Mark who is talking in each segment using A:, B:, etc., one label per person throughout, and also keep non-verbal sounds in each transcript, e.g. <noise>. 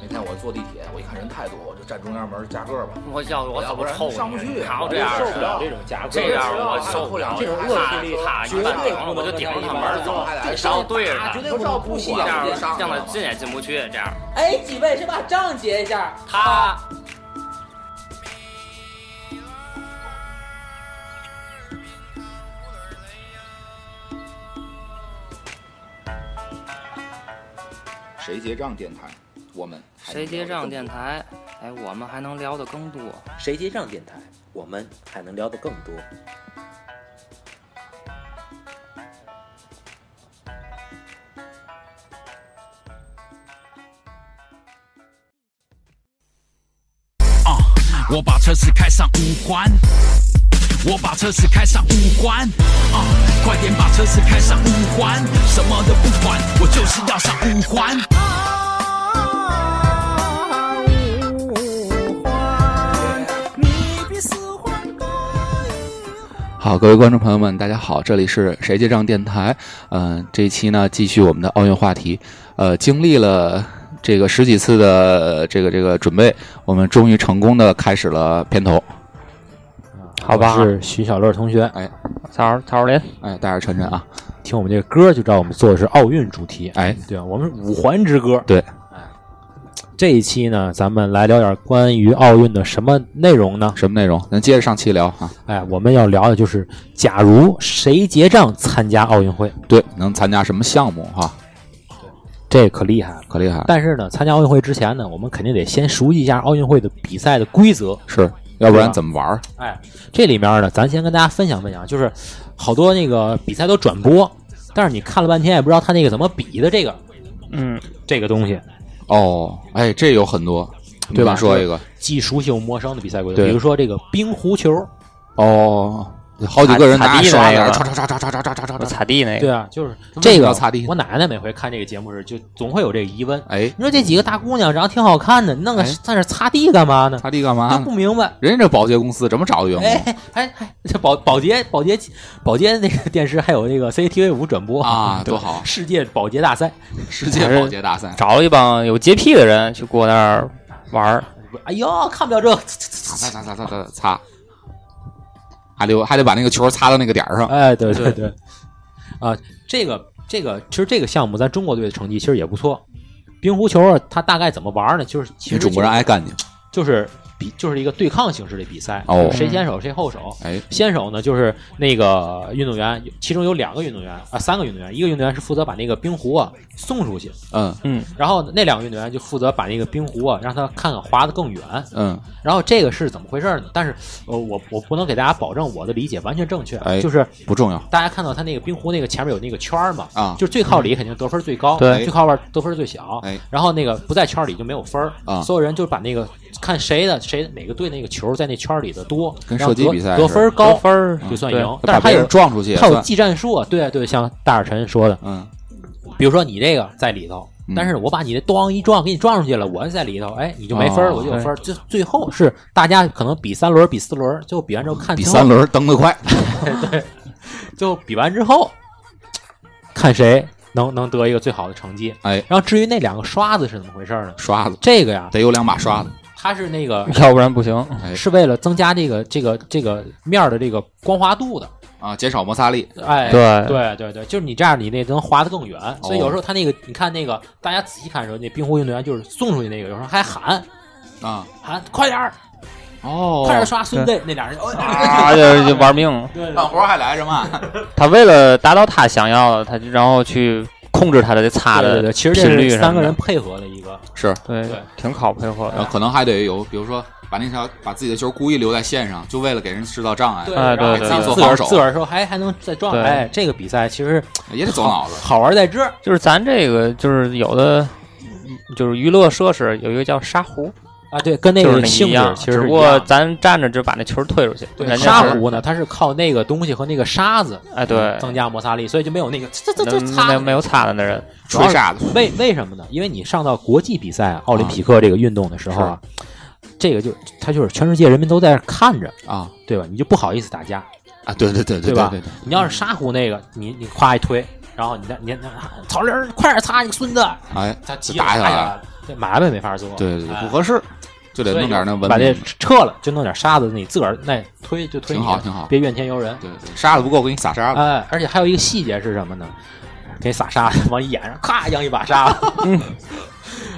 A: 那天我坐地铁，我一看人太多，我就站中央门夹个吧，
B: 我要我
A: 要
B: 怎
A: 不
B: 么
A: 然
B: 臭
A: 上不去
B: 还要这样
C: 受
B: 的？
C: 不了这种夹克，
B: 这样我受不了，
A: 啊这种恶
B: 他
C: 势力
B: 他
C: 绝
B: 一般
C: 对
B: 顶着
C: 不
B: 我
C: 能
B: 就
C: 跟
B: 顶
C: 他
B: 着
C: 一
B: 他
C: 般
B: 门儿走，然后对着
A: 他
B: 他
A: 啊绝，对不能不啊
B: 这
A: 管
B: 样
A: 直接上
B: 让
A: 来
B: 他
A: 了
B: 进也进不去，这样
D: 哎，几位谁把账结一下？
B: 他。
A: 谁结账电台？我们还能
B: 谁结账电
A: 聊得
B: 台？哎，我们还能聊得更多。
C: 谁结账电台，我们还能聊得更多。
E: 啊！我把车子开上五环，我把车子开上五环，啊！快点把车子开上五环，什么都不管，我就是要上五环。
F: 啊，五环，你比四环高一环。
G: 好，各位观众朋友们，大家好，这里是谁结账电台。嗯、这一期呢，继续我们的奥运话题。呃，经历了这个十几次的呃这个这个准备，我们终于成功的开始了片头。
H: 好吧
C: 我是徐小乐同学，
H: 曹曹少林，
G: 哎，大家晨晨啊，
C: 听我们这个歌就知道我们做的是奥运主题。
G: 哎，
C: 对啊，我们是五环之歌。
G: 对
C: 哎，这一期呢，咱们来聊点关于奥运的什么内容呢？
G: 什么内容？咱接着上期聊啊。
C: 哎，我们要聊的就是，假如谁结账参加奥运会，
G: 对，能参加什么项目哈、
C: 这可厉害了。
G: 可厉害了，
C: 但是呢，参加奥运会之前呢，我们肯定得先熟悉一下奥运会的比赛的规则。
G: 是，要不
C: 对
G: 然
C: 吧
G: 怎么玩儿？
C: 哎，这里面呢，咱先跟大家分享分享，就是好多那个比赛都转播，但是你看了半天也不知道他那个怎么比的这个
H: 嗯，
C: 这个东西，
G: 哦，哎，这有很多，
C: 对吧
G: 你说一个，
C: 既熟悉又陌生的比赛规则。
G: 对
C: 比如说这个冰壶球，
G: 哦，好几个人拿
H: 踩地
G: 刷子
H: 那，个
G: 唰唰唰唰唰唰唰唰
H: 我
G: 唰，
H: 踩地那
C: 对
H: 个，
C: 啊，就是
G: 为
C: 这
G: 什哎么
C: 个
G: 要擦地
C: 我奶奶每回看这个节目时，就总会有这个疑问。
G: 哎，
C: 你说这几个大姑娘长得挺好看的，弄个
G: 哎
C: 在那擦地干嘛呢？
G: 擦地啊干嘛
C: 她
G: 呢
C: 不？明白。
G: 人家这保洁公司怎么找的员工？
C: 哎哎哎，这保保洁保洁保洁那个电视还有那个 CCTV 五转 <laughs> 播
G: <laughs> 啊
C: 对
G: 多好
C: 世界保洁大赛，
G: 世界保洁大赛，
H: 找了一帮有洁癖的人去过那儿玩儿，
C: 哎呦，看不了
H: <laughs>
C: 这个，
G: 擦擦擦擦擦擦，还得还得把那个球擦到那个点儿上。
C: 哎，对对对， <laughs> 啊，这个这个其实这个项目咱中国队的成绩其实也不错。冰壶球啊，它大概怎么玩呢？就是其
G: 你
C: 实
G: 啊中国人爱干净，
C: 就是比就是一个对抗形式的比赛，
G: 哦
C: 谁先手谁后手。
G: 哎，
C: 先手呢，就是那个运动员，其中有两个运动员啊，三个运动员，一个运动员是负责把那个冰壶啊送出去，
G: 嗯
C: 然后那两个运动员就负责把那个冰壶啊，让他看看滑得更远。
G: 嗯，
C: 然后这个是怎么回事呢？但是，呃，我我不能给大家保证我的理解完全正确，啊
G: 哎
C: 就是
G: 不重要
C: 大家看到他那个冰壶那个前面有那个圈儿嘛，
G: 啊
C: 就是最靠里肯定得分最高，
G: 对
C: 最靠外得分最小，
G: 嗯哎
C: 然后那个不在圈儿里就没有分儿
G: 啊
C: 所有人就把那个看谁的谁哪个队那个球在那圈儿里的多，
G: 跟
C: 然后
G: 射击
C: 得
G: 比赛
C: 得
G: 似的
C: 分儿高
H: 得分儿
C: 就算
H: 对
C: 赢，但
G: 把
C: 是还
G: 别
C: 有
G: 人撞出去也
C: 他有
G: 算。
C: 技战术啊，对对，像大耳晨说的，
G: 嗯，
C: 比如说你这个在里头
G: 嗯，
C: 但是我把你的咣一撞给你撞出去了，我在里头，哎，你就没分儿了，
G: 哦
C: 我就有分儿。就最后是大家可能比三轮儿，比四轮儿，最后比完之后看
G: 比
C: 最后
G: 三，轮蹬得快，
C: 最后比完之后，看谁能能得一个最好的成绩。
G: 哎，
C: 然后至于那两个刷子是怎么回事呢？
G: 刷子
C: 这个呀，
G: 得有两把刷子。
C: 它是那个
H: 要不然不行。
G: 哎
C: 是为了增加这个这个这个面儿的这个光滑度的，
G: 啊，减少摩擦力。
C: 哎，
H: 对哦
C: 对对对，就是你这样，你那能滑得更远。所以有时候他那个，你看那个，大家仔细看的时候，那冰壶运动员就是送出去那个，有时候还喊
G: 啊，
C: 喊快点儿，
G: 哦
C: 快点儿刷孙队，那俩人，<laughs>
H: 啊，就就玩命。
C: 对对
G: 干活还来着嘛？
C: <laughs>
H: 他为了达到他想要的，他就然后去控制他的这擦
C: 对
H: 的
C: 对，其实
H: 频
C: 这
H: 率
C: 是
H: 什
C: 三
H: 么
C: 个
H: 的
C: 人，嗯配合的一个，
G: 是，
H: 对
C: 对，
H: 挺考配合
G: 然
H: 的
G: 后。可能还得有，比如说把那条把自己的球故意留在线上，就为了给人制造障碍，
C: 对，
H: 哎
C: 然后
H: 对对
C: 自己
H: 对
C: 做
G: 自个儿
C: 防
G: 手
C: 自个儿时候还还能再撞，
H: 对
C: 哎，这个比赛其实
G: 也得走脑子。
C: 好玩在这儿，
H: 就是咱这个，就是有的，嗯就是娱乐设施有一个叫沙壶，
C: 啊，对，跟那
H: 就是
C: 个
H: 那
C: 性
H: 一
C: 质
H: 样，
C: 其实
H: 只
C: 是
H: 不
C: 一
H: 过
C: 样的
H: 咱站着就把那球推出去，
C: 对
H: 人家
C: 沙
H: 是
C: 壶呢，它是靠那个东西和那个沙子
H: 哎对，
C: 增加摩擦力，所以就没有那个这这这这
H: 没
C: 擦
H: 没没有擦的那人，
C: 主要
G: 吹
C: 是
G: 沙子，
C: 为为什么呢？因为你上到国际比赛、啊
G: 啊
C: 奥林匹克这个运动的时候啊，这个就他就是全世界人民都在这儿看着，
G: 啊
C: 对吧？你就不好意思打架。
G: 啊！对对对
C: 对吧
G: 对对，
C: 你要是沙壶那个，你你夸一推，然后你再你曹玲儿快点擦你孙子，
G: 哎，
C: 他急
G: 就打起来了
C: 了，这买卖没法做，
G: 对对对，
C: 哎
G: 不合适，就得弄点那文
C: 把这
G: 明。
C: 撤了，就弄点沙子，你自个儿那推就推你，
G: 挺好挺好
C: 别怨天尤人。
G: 对对，杀了不够，给你撒沙子。
C: 哎，而且还有一个细节是什么呢？给撒沙子往眼上，咔扬一把沙子。 <laughs>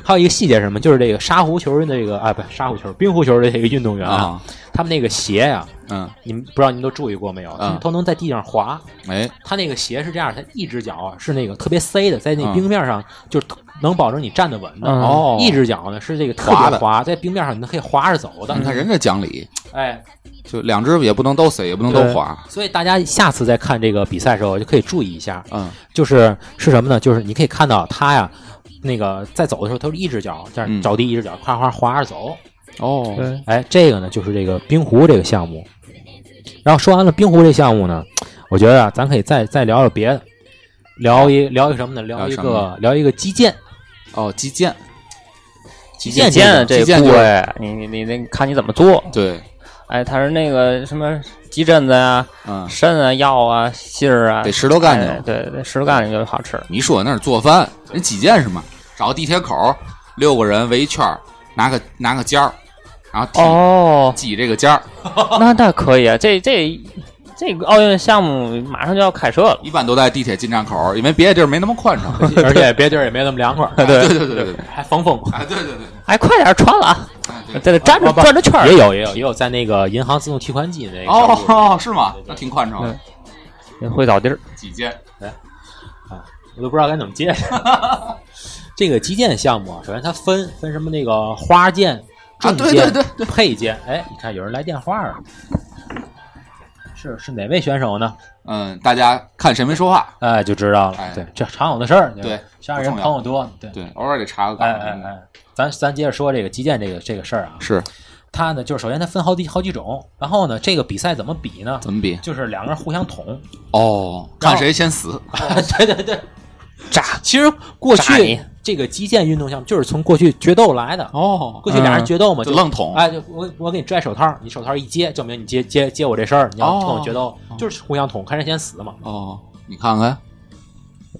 C: 还有一个细节是什么？就是这个沙壶球的这个啊，不，沙壶球，冰壶球的这个运动员，
G: 啊，
C: 他们那个鞋呀、
G: 嗯，
C: 你们不知道你们都注意过没有？他们都能在地上滑。
G: 哎，
C: 他那个鞋是这样，他一只脚啊是那个特别塞的，在那冰面上就是能保证你站得稳的。
H: 嗯
G: 嗯哦，
C: 一只脚呢是这个特
G: 滑
C: 别
G: 的嗯
C: 滑，在冰面上你可以滑着走的。
G: 你看人家讲理，
C: 哎，
G: 就两只也不能都塞，也不能都
C: 对
G: 滑。
C: 所以大家下次再看这个比赛的时候，就可以注意一下，
G: 嗯
C: 就是是什么呢？就是你可以看到他呀，那个在走的时候，他是一只脚这样
G: 嗯
C: 着地，一只脚夸夸滑着走。
G: 哦，
H: 对，
C: 哎，这个呢就是这个冰壶这个项目。然后说完了冰壶这项目呢，我觉得啊，咱可以再再聊聊别的，聊一聊一个什么呢？聊
G: 聊
C: 一
G: 什么
C: 个聊一个击剑，
G: 哦，击剑，
C: 击
H: 击
C: 这个
H: 剑
G: 击
H: 这
G: 剑
H: 部
G: 就是
H: 位，你你你得看你怎么做。
G: 对，
H: 哎，它是那个什么鸡胗子啊、
G: 嗯，
H: 肾啊、药啊、杏儿啊，
G: 得石头干
H: 哎
G: 净。
H: 对，对石头干净就好吃。
G: 你说我那是做饭，人击剑是嘛？找个地铁口，六个人围一圈儿，拿个拿个尖儿，然后踢
H: 哦，
G: <laughs> 挤这个尖儿，
H: 那那可以，啊，这这这个奥运项目马上就要开设了。
G: 一般都在地铁进站口，因为别的地儿没那么宽
H: <laughs>
G: 敞。啊
C: 而且别地儿也没那么凉快儿，
G: <laughs> 对对对对对，
C: 还防风。
G: 哎对对对对
H: 哎，快点穿了啊！
G: 哎对，
H: 在这站着
C: 不不
H: 转着圈儿
C: 也。有也有也有在那个银行自动提款机那个角
G: 哦
C: 度
G: 哦是吗？那挺宽敞
C: 嗯
G: 的，
H: 会倒地儿，
G: 击剑，
C: 我都不知道该怎么接。 <laughs> 这个击剑项目啊，首先它分分什么那个花剑、重剑、
G: 啊对对对
C: 配剑。哎，你看有人来电话了，是是哪位选手呢？
G: 嗯，大家看谁没说话，
C: 哎，就知道了。
G: 哎
C: 对，这常有的事儿。
G: 对，
C: 杀人朋友多。对，
G: 对，嗯偶尔得查个
C: 哎
G: 岗。
C: 哎哎，咱咱接着说这个击剑这个这个事儿啊，
G: 是
C: 它呢就是首先它分好几好几种，然后呢这个比赛怎么比呢？
G: 怎么比？
C: 就是两个人互相捅，
G: 哦，
C: 然后
G: 看谁先死。
C: <laughs> 对对对，炸。其实过
H: 炸
C: 去
H: 你
C: 这个击剑运动项目就是从过去决斗来的。
G: 哦
C: 过去俩人决斗嘛，
G: 就愣捅。
C: 哎，就我我给你摘手套，你手套一接，证明你接接接我这身儿，你要
G: 哦
C: 跟我决斗，就是互相捅，看谁先死嘛。
G: 哦，你看看，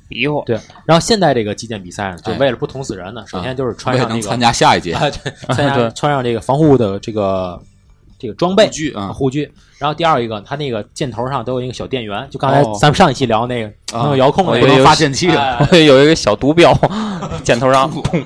H: 比划。
C: 对，然后现在这个击剑比赛呢，就
G: 哎
C: 为了不捅死人呢，首先就是穿
G: 为
C: 上
G: 了能
C: 那个
G: 参加下一届
C: 啊， <laughs> 对，参加
H: 对
C: 穿上这个防护的这个这个哎装备
G: 护具啊
C: 护具。然后第二一个，它那个箭头上都有一个小电源，就刚才
G: 哦
C: 咱们上一期聊那个
G: 啊
C: 能有遥控
G: 我
C: 那
G: 以为
C: 个
G: 能
C: 哎
G: 发电器了。
H: 我有一个小毒 <laughs> 镖，箭呃头上砰，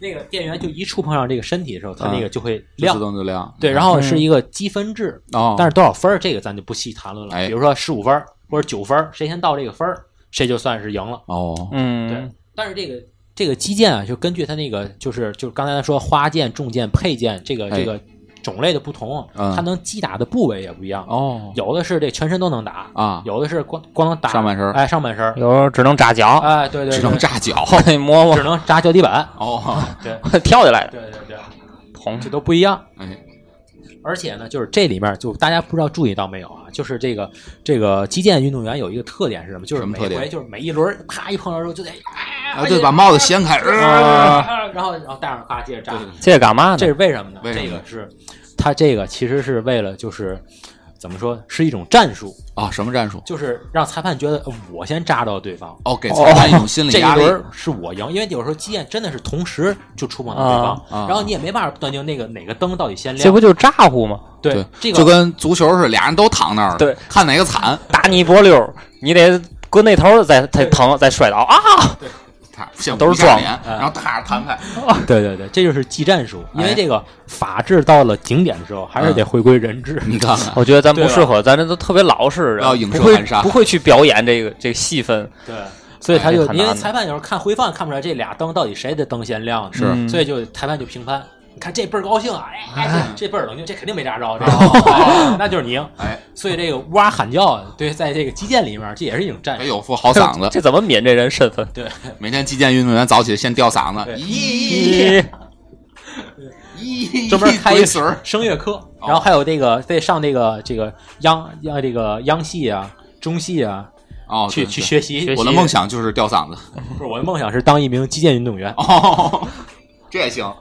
C: 那个电源就一触碰上这个身体的时候，它
G: 啊
C: 那个就会
G: 就
C: 亮
G: 自。动就亮。
C: 对，然后是一个积分制，
G: 哦，
C: 但是多少分儿这个咱就不细谈论了。
G: 哎
C: 比如说十五分儿或者九分儿，谁先到这个分儿，谁就算是赢了。
G: 哦，
C: 对
H: 嗯，
C: 但是这个这个击剑啊，就根据它那个就是就是刚才说花剑、重剑、配剑这个
G: 哎
C: 这个种类的不同，啊
G: 嗯
C: 它能击打的部位也不一样。
G: 哦
C: 有的是这全身都能打，
G: 啊，
C: 有的是光光能打
G: 上半身儿哦
C: 哎，上半身儿，
H: 有时候只能扎脚，
C: 哎，对对对，
G: 只能扎脚。
H: 你 <laughs> 摸摸
C: 只能扎脚底板，
G: 哦，
C: 对
H: 跳起来的，
C: 对对对，
H: 砰
C: 这都不一样。
G: 嗯哎，
C: 而且呢，就是这里面就大家不知道注意到没有啊？就是这个这个击剑运动员有一个特点是什么？就是
G: 什么
C: 每
G: 特点
C: 回就是每一轮啪一碰到之后就得啊
G: <laughs> 啊，对，把帽子掀开。呃
C: 啊，然后然后戴上咔接着扎，
H: 这干嘛
C: 这
H: 呢？
C: 是为什么呢？
G: 为什么
C: 这个是他这个其实是为了就是怎么说是一种战术，
G: 啊，什么战术？
C: 就是让裁判觉得呃我先扎到对方。
G: 哦，给裁判一种心理
C: 这一
G: 压力。
C: 轮是我赢，因为有时候击剑真的是同时就触碰到对方，
G: 啊啊
C: 然后你也没办法断定那个哪个灯到底先
H: 这
C: 亮
H: 不。就是咋呼吗？
C: 对
G: 对，
C: 这个
G: 就跟足球似的，俩人都躺那儿了，
H: 对
G: 看哪个惨。
H: 打你一波溜，你得滚那头再再疼再摔倒啊！
G: 他先
H: 都是
G: 捂一下
H: 撞
G: 脸，
C: 嗯
G: 然后咔弹开。
C: 对对对，这就是技战术。因为
G: 哎
C: 这个法治到了顶点的时候，还是得回归人治。
G: 你看
C: <laughs>
G: 看，
H: 我觉得咱不适合，咱这都特别老实，
G: 要影射
H: 不会
G: 含沙
H: 不会去表演这个这个戏份，
C: 对，所以他就
H: 哎很
C: 因
H: 难
C: 为
H: 的
C: 裁判有时候看回放看不出来这俩灯到底谁的灯先亮呢，
G: 是
C: 所以就裁判就评判。你看这倍儿高兴啊，哎，哎这这倍儿冷静，这肯定没扎着，这个哎那就是你赢。
G: 哎，
C: 所以这个呜哇喊叫啊，对，在这个击剑里面，这也是一种战
G: 得
C: 术。
G: 有哎副好嗓子。
C: <laughs>
H: 这怎么抿这人身份？
G: 每天击剑运动员早起先吊嗓子，
C: 对
G: 咦咦，
C: <laughs> 专门开一
G: 堆水儿
C: 声乐课，然后还有这个再上这个这个央央这个央戏啊、中戏啊，
G: 哦，
C: 去
G: 对
C: 去
G: 对
C: 学习。
G: 我的梦想就是吊嗓
C: <laughs>
G: 子。
C: 不是我的梦想是当一名击剑运动员，
G: 哦，这也行。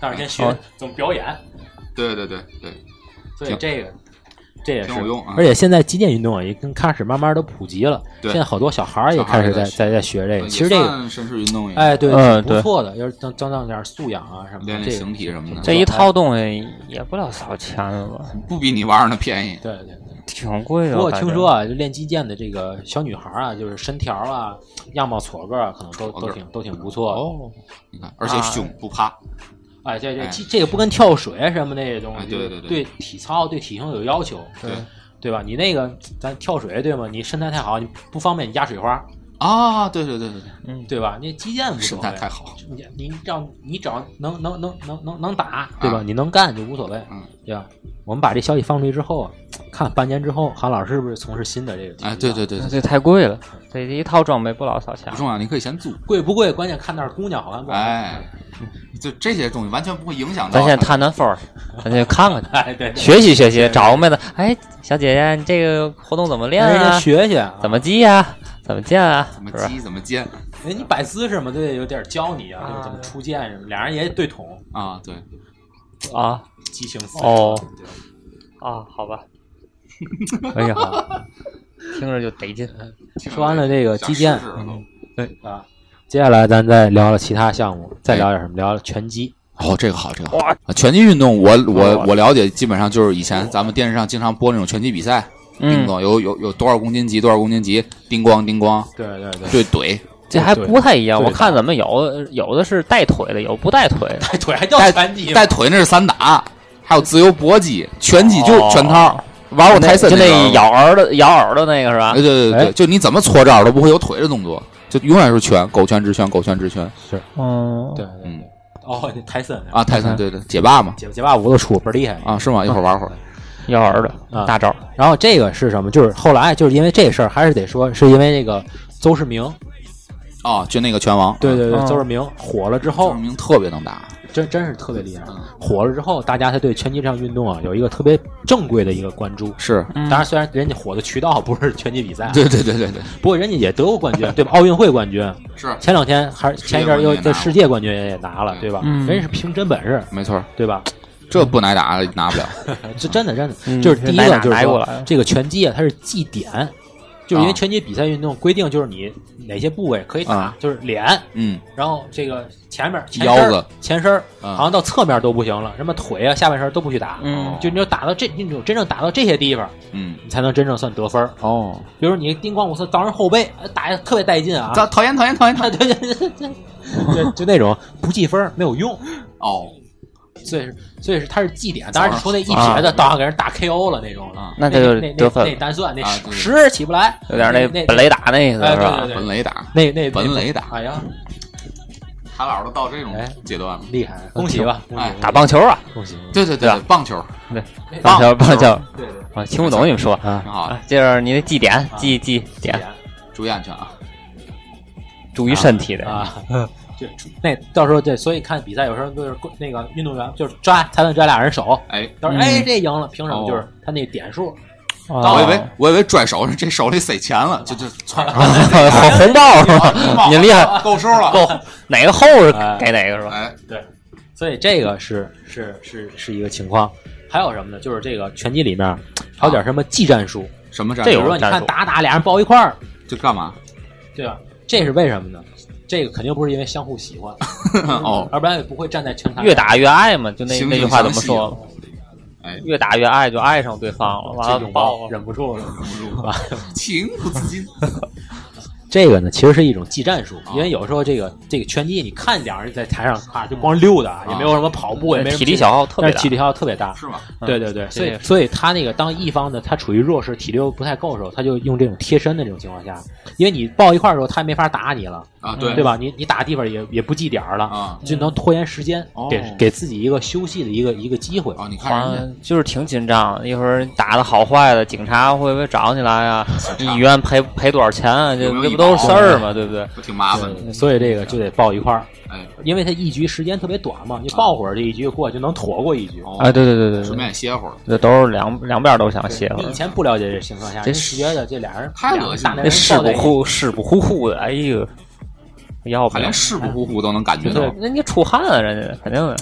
C: 但是先学
H: 哦
C: 怎么表演。
G: 对对对对，
C: 所以
G: 挺
C: 这个这也是
G: 挺有用啊
C: 而且现在击剑运动也跟开始慢慢都普及了，
G: 对
C: 现在好多小孩儿也
G: 小孩
C: 开
G: 儿
C: 始
G: 也
C: 在
G: 在呃
C: 在在学这个。
G: 也
C: 其实这个，
G: 算绅士运动也，
C: 哎，对，
H: 嗯
C: 挺不
H: 对
C: 错的，要是增增长点素养啊什么
G: 练
C: 的。
G: 练
C: 这个
G: 形体什么的，
H: 这一套东西也不了多少钱了吧，
G: 不比你玩儿那便宜。
C: 对对。
H: 挺贵的。
C: 不过
H: 感觉
C: 听说啊，就练击剑的这个小女孩啊，就是身条啊、样貌、矬个儿啊，可能都
G: 矬个
C: 都
G: 儿
C: 挺都挺不错的。
G: 哦，你看，而且
C: 啊
G: 胸不怕，
C: 哎，这这
G: 哎
C: 这这个不跟跳水啊什么那些东
G: 哎
C: 西，
G: 对
C: 就是
G: 对对
C: 对体操对体型有要求，
G: 对
C: 对吧？你那个咱跳水对吗？你身材太好，你不方便你压水花，
G: 啊，对对对对对，
C: 对吧？你击剑无所
G: 身
C: 谓，
G: 材太好，
C: 你你让你只要能能能能能能打，对吧？你能干就无所谓，
G: 啊嗯
C: 对吧？我们把这消息放出去之后啊，看半年之后，韩老师是不是从事新的这个体育啊
G: 哎，对
C: 项目
G: 对对对，
H: 这太贵了，这一套装备不老少钱
G: 不。重要，你可以先租。
C: 贵不贵？关键看那儿姑娘好看不好看。
G: 哎，就这些东西完全不会影响到
H: 咱先谈谈分儿，咱先看看去，
C: 哎，对，对
H: 学习学习，找个妹子。哎，小姐姐，你这个活动怎么练
C: 让人家
H: 啊？
C: 学学啊
H: 怎么记呀？怎么建啊？
G: 怎么
H: 是不是？
G: 击怎么接
C: 哎，你摆姿势嘛，对，有点教你啊，
H: 啊
C: 就是怎么出剑什么，俩人也对捅，
G: 啊？对，
H: 啊
C: 激情四射
H: 哦
C: 对
H: 啊，好吧。哎呀，听着就得劲。
C: 说完了这个击剑
G: 想试试了都
C: 啊。接下来咱再聊聊其他项目，再聊点什么？聊聊拳击。
G: 哦，这个好，这个好。啊拳击运动我，我我了解，基本上就是以前咱们电视上经常播那种拳击比赛，叮
H: 嗯，
G: 咚，有有有多少公斤级，多少公斤级，叮咣叮咣，
C: 对对对，
G: 对怼，
H: 这还不太一样。
C: 对
H: 我看咱们有的有的是带腿的，有不带腿的。
C: 带哎腿还叫
G: 带
C: 拳击吗？
G: 带腿那是散打，还有自由搏击，拳击就是全套。玩过
H: 那
G: 泰森
H: 就
G: 招
H: 那
G: 吗
H: 咬耳的咬耳的那个是吧
G: 哎，？对对对
C: 哎
G: 对，就你怎么搓招都不会有腿的动作，就永远是拳，狗拳直拳，狗拳直拳
H: 嗯，
C: 对对
G: 嗯
C: 对。哦，那泰森
G: 啊！泰森对对，解霸嘛
C: 解解霸五都出倍儿厉害
G: 啊，是吗？一会儿玩会儿。
H: 咬耳的
C: 啊
H: 大招。
C: 然后这个是什么？就是后来就是因为这事儿，还是得说是因为那个邹市明，啊
G: 哦，就那个拳王，
C: 对对对，
H: 嗯
C: 邹市明火了之
G: 赵
C: 后，
G: 明特别能打，
C: 真真是特别厉害。火了之后，大家才对拳击这项运动啊有一个特别正规的一个关注。
G: 是， <laughs>
H: 嗯
C: 当然，虽然人家火的渠道不是拳击比赛，啊
G: 对对对对对，
C: 不过人家也得过冠军，对吧？奥运会冠军，
G: 是
C: 前两天还是前一阵儿又这世界冠军也拿了，对吧？
H: 嗯
C: 人家是凭真本事，
G: 没错儿，
C: 对吧？哎
G: 这不挨打拿不了。
C: 这真的真的、
H: 嗯
C: 就是第一
H: 奶
C: 个
H: 奶
C: 就是
H: 拿过
C: 说
H: 来
C: 这个拳击啊，它是祭点，就是因为
G: 啊
C: 拳击比赛运动规定就是你哪些部位可以打，
G: 啊
C: 就是脸，
G: 嗯，
C: 然后这个前面前
G: 腰
C: 身儿
G: 子
C: 前身儿，
G: 啊
C: 好像到侧面都不行了，什么腿啊下半身都不许打，哦
H: 嗯
C: 就你就打到这你只有真正打到这些地方，
G: 嗯，
C: 你才能真正算得分儿。
G: 哦，
C: 比如说你叮咣五四当人后背，哎打得特别带劲啊，
G: 讨讨厌讨厌讨厌讨
C: 对
G: 厌。
C: 对对对对， <laughs> 就就那种不计分儿没有用，
G: 哦，
C: 所以是所以是他是绩点，当然你说那一
H: 啊
C: 撇的，当然给人打 KO 了那种
G: 啊
H: 那
C: 那
H: 这就
C: 那
H: 得分
C: 那那单算那
G: 啊
C: 十
G: 对
C: 十起不来，
H: 有点
C: 那
H: 那本雷达那意思
C: 哎
H: 是
C: 对
H: 吧
C: 对？对
G: 本雷打，
C: 那那
G: 本雷打，
C: 哎呀，
G: 他老师都到这种
C: 哎
G: 阶段了。
C: 厉害，恭喜吧，恭喜
G: 哎
H: 打棒球啊，
C: 恭喜，
G: 对对
H: 对啊
G: 对，棒球
H: 棒球
G: 棒
H: 棒球
C: 对对，
H: 啊，听不懂你们说
C: 啊
G: 挺好的，
H: 啊。接着你的记点记记点，
G: 注意安全啊！
H: 注意身体的。
C: 啊。 <laughs> 就那到时候对，所以看比赛有时候就是那个运动员就是抓裁判抓俩人手，
G: 哎，
C: 到时候
H: 嗯
C: 哎这赢了，凭什么
G: 哦
C: 就是他那点数？
G: 我以
H: 哦
G: 为我以为拽手，这手里塞钱了，就就窜上了。
H: <laughs> 红红包是吧？你厉害，
G: 够收
C: <laughs>
G: 了。
H: 够哪个厚是给哪个是吧？
G: 哎，
C: 对，所以这个是是是是一个情况。还有什么呢？就是这个拳击里面还有点什么技战术，
G: 什么战
C: 这
G: 术？
C: 有时候你
H: 啊战
C: 看
H: 术
C: 打打俩人抱一块儿，
G: 这干嘛？ <laughs>
C: 对吧？这是为什么呢？这个肯定不是因为相互喜欢，
G: 哦，
C: 要不然也不会站在拳台。
H: 越，打越爱嘛，就那
G: 惺惺
H: 那句话怎么说？
G: 哎
H: 越打越爱，就爱上对方了，
C: 哎这
H: 完了
C: 拥
H: 抱
C: 抱
H: 了。
C: 忍不住了。
G: 情不自禁。
C: 这个呢，其实是一种技战术，
H: 啊
C: 因为有时候这个这个拳击，你看两人在台上啊，就光溜达，也没有什么跑步，也没什么
H: 体力消耗特
C: 但
H: 别
C: 是
H: 大
C: 体力消耗特别大，
G: 是吗？
C: 对对对，所
H: 啊这也
C: 以
H: 是
C: 所以他那个当一方的他处于弱势，体力又不太够的时候，他就用这种贴身的这种情况下，因为你抱一块儿的时候，他也没法打你了，
G: 啊，
H: 嗯
C: 对吧？你你打的地方也也不记点儿了，
G: 啊
C: 就能拖延时间，
G: 哦
C: 给给自己一个休息的一个一个机会。
G: 哦，你看
H: 啊
G: 人，
H: 就是挺紧张，一会儿打的好坏的，警察会不会找你来啊？医院赔赔多少钱啊？这
G: 有没有
H: 这
G: 医
H: 不
G: 保
H: 都是事儿吗？对不对？
G: 家挺麻烦的。
C: 对，所以这个就得抱一块儿，
G: 哎，啊
C: 因为他一局时间特别短嘛，你抱会儿这一局过就能躲过一局。
G: 哦
H: 啊，对对对对
G: 顺
H: 对，
G: 便歇会儿。
H: 这都是两两边都想歇会
C: 你以
H: 儿。
C: 前不了解这情况下，
H: 这
C: 你是觉得这俩人
G: 太
C: 俩
G: 恶心
C: 大男
G: 了
H: 那
C: 人
H: 湿
C: 抱
H: 不
C: 在一起
H: 乎湿不乎乎的，哎呦，要不
G: 还
H: 了
G: 连。湿不呼呼都能感觉
H: 对
G: 到，，
H: 人家出汗啊，人家肯定的。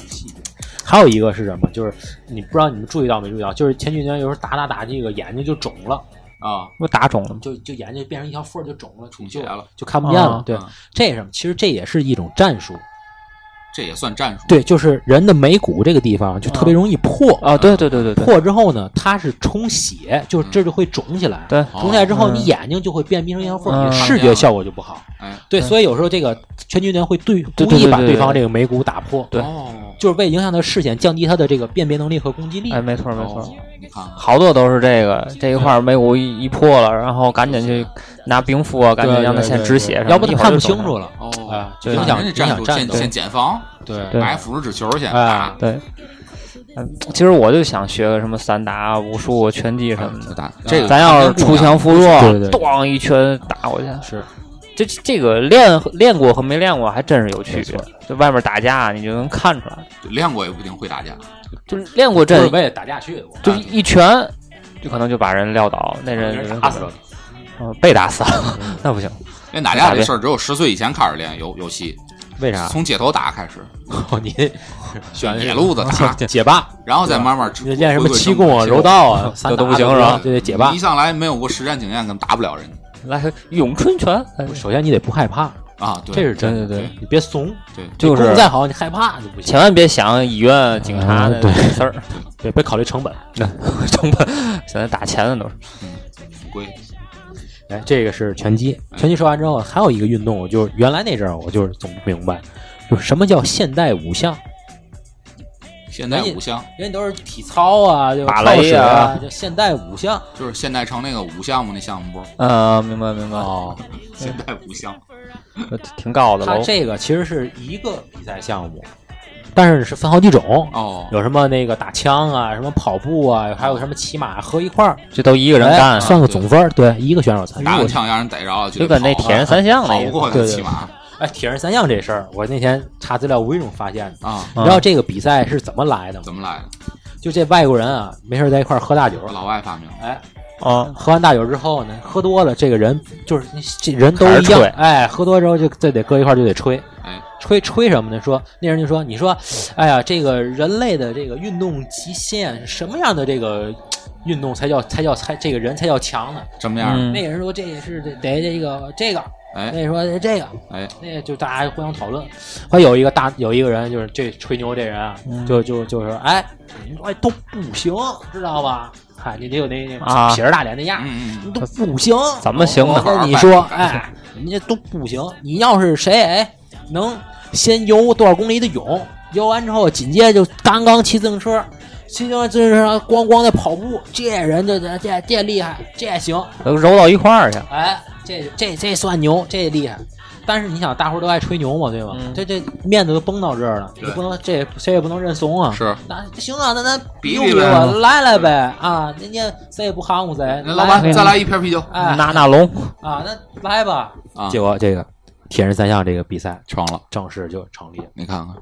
C: 还有一个是什么？就是你不知道你们注意到没注意到，就是前几年有时候打打打这个眼睛就肿了，
A: 啊，
H: 不打肿了吗？
C: 就就眼睛变成一条缝儿就肿了，
A: 出
C: 就
A: 血了，
C: 就看不见了
H: 啊。
C: 对
A: 啊，
C: 这是什么？其实这也是一种战术。
A: 这也算战术。
C: 对，就是人的眉骨这个地方就特别容易破
H: 啊，对对对对对，
C: 破之后呢，它是充血，就是这就会肿起来。
H: 对
C: 肿起来之后，
H: 嗯
C: 你眼睛就会变变成一条缝儿，
H: 嗯
C: 你视觉效果就不好。
A: 哎，
C: 对，
H: 对
C: 所以有时候这个全局联会对
H: 对
C: 故意把
H: 对对
C: 对方这个眉骨打破，
H: 对
A: 哦，
C: 就是为影响他的视线，降低他的这个辨别能力和攻击力。
H: 哎，没错没错，
A: 你看看，
H: 好多都是这个这一块儿眉骨一一破了，然后赶紧去拿冰敷啊，赶紧让它先止血什么的，
C: 要不他
H: 一会儿
C: 看不
H: 就肿
C: 清楚了。
A: 哦
C: 啊就
A: 你看
C: 影响
A: 人家战术，
C: 影响战
A: 先
C: 斗
A: 先减防，
C: 对
H: 对
A: 买辅助指球先
C: 哎
A: 打，
H: 对，嗯，其实我就想学个什么散打、啊武术、拳击什么
A: 就
H: 的。
A: 打嗯这个。
H: 咱要是锄强扶弱
C: 对对，对
H: 咣一拳打过去，
C: 是
H: 这这个练练过和没练过还真是有区别。就外面打架，你就能看出来，
A: 练过也不一定会打架，
H: 就是练过
C: 不是
H: 这
C: 为了打架去的。
H: 就一拳，就可能就把人撂倒，那人
C: 人打死了，
H: 嗯，被打死了， <laughs> 那不行。
A: 练打架这事儿只有十岁以前开始练，有有戏，
C: 为啥？
A: 从街头打开始，
C: 你 <laughs> 选
A: 野路子
C: <laughs>
A: 打，
C: 解霸，
A: 然后再慢慢
C: 你练什么气功啊、柔
A: 道。
C: 道 <laughs> 啊，散打
H: 都不行
C: 啊
H: 是吧
C: 对对，解霸
A: 你一。上来没有过实战经验，根本打不了人
H: 来个咏春拳，哎
C: 首先你得不害怕，
A: 啊！对，
C: 这是真的。
A: 对
C: 你别怂，
A: 对，
H: 就
C: 你
H: 是
C: 功夫再好，你害怕就不行
H: 千。万别想医院、警察
C: 嗯
H: 的
C: 对
H: 事儿， <laughs>
C: 对，别考虑成本。
H: 成本现在打钱的都是。
A: 不归
C: 哎，这个是拳击。拳击说完之后，还有一个运动，我就是原来那阵儿我就是总不明白，就是什么叫现代五项？
A: 现代五项
C: 人家都是体操啊，就
H: 芭
C: 跳
H: 蕾
C: 水啊
H: 啊，
C: 就现代五项。
A: 就是现代城那个五项目那项目不是
H: 呃，明白明白，
C: 哦，
A: 现代五项
H: 呃挺高的
C: 它
H: 喽。
C: 这个其实是一个比赛项目，但是是分好几种，
A: 哦，
C: 有什么那个打枪啊，什么跑步啊，还有什么骑马合一块儿，
H: 这都一个人
C: 哎
H: 干，啊
C: 算个总分儿，对，一个选手参
A: 打
C: 与
A: 完。枪让人逮着了，
H: 就跟那铁人三项
A: 跑
H: 那
A: 不
H: 意
A: 过
H: 思。
A: 他骑马
C: 哎，铁人三项这事儿，我那天查资料无意中发现的。
A: 啊，
C: 你知道这个比赛是怎么来的吗？
A: 怎么来的？
C: 就这外国人啊，没事儿在一块儿喝大酒，
A: 老外发明的
C: 哎，
H: 啊，
C: 喝完大酒之后呢，喝多了，这个人就是这人都一
H: 开始
C: 样
H: 吹，
C: 哎，喝多之后就这得搁一块儿就得吹，
A: 哎，
C: 吹吹什么呢？说那人就说，你说，哎呀，这个人类的这个运动极限，什么样的这个运动才叫才叫才这个人才叫强呢？
A: 什么样的？
H: 嗯
C: 那，个人说这也是得得这个这个，那
A: 哎
C: 个说这个，
A: 哎，
C: 那个就大家互相讨论。还有一个大有一个人就是这吹牛这人啊，
H: 嗯
C: 就就就是哎，你们哎都不行，知道吧？看你得有那
H: 啊
C: 那撇着大脸那样，
A: 嗯
C: 你
A: 嗯
C: 都不行。
H: 怎么行
C: 我
H: 呢？
C: 跟你说，哎，人家都不行。你要是谁哎能先游多少公里的泳，游完之后紧接着就刚刚骑自行车。骑自行车咣咣的跑步，这人就这这这厉害，这行，
H: 都揉到一块儿去。
C: 哎，这这这算牛，这厉害。但是你想，大伙儿都爱吹牛嘛，对吗？
H: 嗯
C: 这这面子都绷到这儿了，
A: 对
C: 你不能这谁也不能认怂啊
A: 嗯，。是
C: 那行啊，那咱
A: 比
C: 用
A: 比
C: 吧
A: 呗嗯
C: 来来呗啊！人家谁也不含糊谁，
A: 那老板嗯
C: 来
A: 再来一瓶啤酒
C: 哎
H: 纳纳龙
C: 啊，那来吧。
A: 啊，
C: 结果这个铁人三项这个比赛
A: 成了，
C: 正式就成立了。
A: 你看看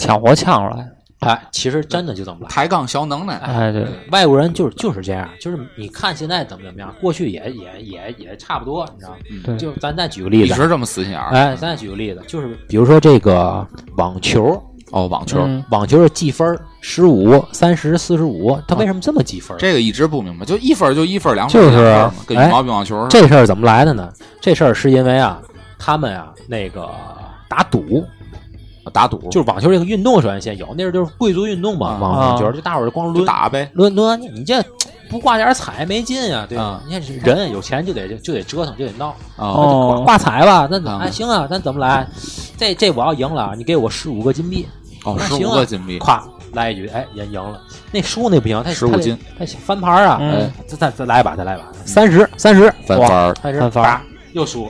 H: 抢活抢出来，
C: 哎，其实真的就这么来。
A: 抬杠小能耐，
H: 哎对，
C: 外国人就是就是这样，就是你看现在怎么怎么样，过去也也也也差不多，你知道吗？
H: 对
C: 就咱再举个例
A: 一
C: 子，
A: 直这么死心眼儿
C: 哎，咱再举个例子，就是比如说这个网球，
A: 哦，网球。
H: 嗯
C: 网球是计分十五、三十、四十五，它为什么这么计分？
A: 这个一直不明白，就一分儿就一分儿，两分
C: 就
A: 儿两
C: 是
A: 分儿嘛，跟
C: 哎
A: 羽毛乒乓球似的。
C: 这事儿怎么来的呢？这事儿是因为啊，他们啊那个打赌，
A: 打赌
C: 就是网球这个运动首先先有，那时候就是贵族运动嘛，
A: 啊
C: 网球就大伙儿光
A: 就
C: 抡
A: 打呗，
C: 抡抡，你你这不挂点彩没劲啊，对吧
A: 啊？
C: 你看人有钱就得就得折腾，就得闹。
A: 啊
H: 哦
C: 挂挂彩吧，那怎
A: 啊
C: 么哎行啊？咱怎么来？这这我要赢了，啊你给我十五个金币，
A: 哦，
C: 那
A: 十
C: 行
A: 五
C: 啊
A: 个金币，
C: 咵来一局，哎，人赢了。那输那不行，他
A: 15金，嗯
C: 他得他翻盘啊！
H: 嗯
C: 哎，再再再来一把，再来一把，三十，三十，
A: 翻
C: 哇
A: 番儿啊
C: 三十，
H: 翻番儿
C: 啪，又输，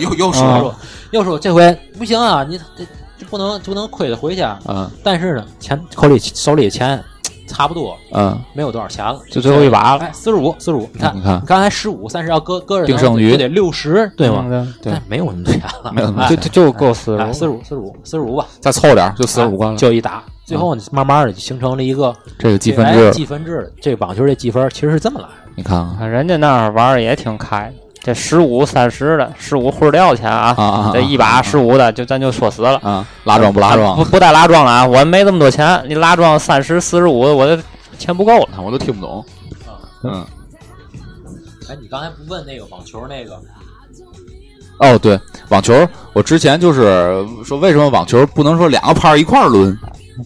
A: 又又输
C: 又
A: 了
C: 输，又输，这回不行啊！你这这不能不能亏着回去啊！
A: 嗯
C: 但是呢，钱口里手里钱差不多，
A: 嗯，
C: 没有多少钱了，
H: 就最后一把了。
C: 哎，四十五，四十五，你看
A: 你，看
C: 你刚才十五、三十要搁搁着呢，
A: 定胜局
C: 就得六十，对吗？
H: 嗯？
A: 对
C: 但没有那么多钱了，
A: 没有那么多
C: 哎
H: 对，就就够四
C: 哎，四十
H: 十
C: 五，四十五，四十五吧，
G: 嗯
A: 再凑点儿就四十五个了，
C: 就一打，最后你慢慢的就形成了一个
A: 这个积
C: 哎
A: 分制，
C: 计分制，这网球这计分其实是这么来的。
A: 你看看，
H: 人家那儿玩儿也挺开，这十五三十的，十五混料钱啊，
G: 啊啊啊
H: 这一把十五的就咱就说死了。
G: 啊，拉装不拉装
H: 哎不？不带拉装了啊！我没这么多钱，你拉装三十四十五，我的钱不够了。
G: 我都听不懂。嗯，
C: 哎，你刚才不问那个网球那个？
G: 哦，对，网球，我之前就是说，为什么网球不能说两个拍儿一块儿抡？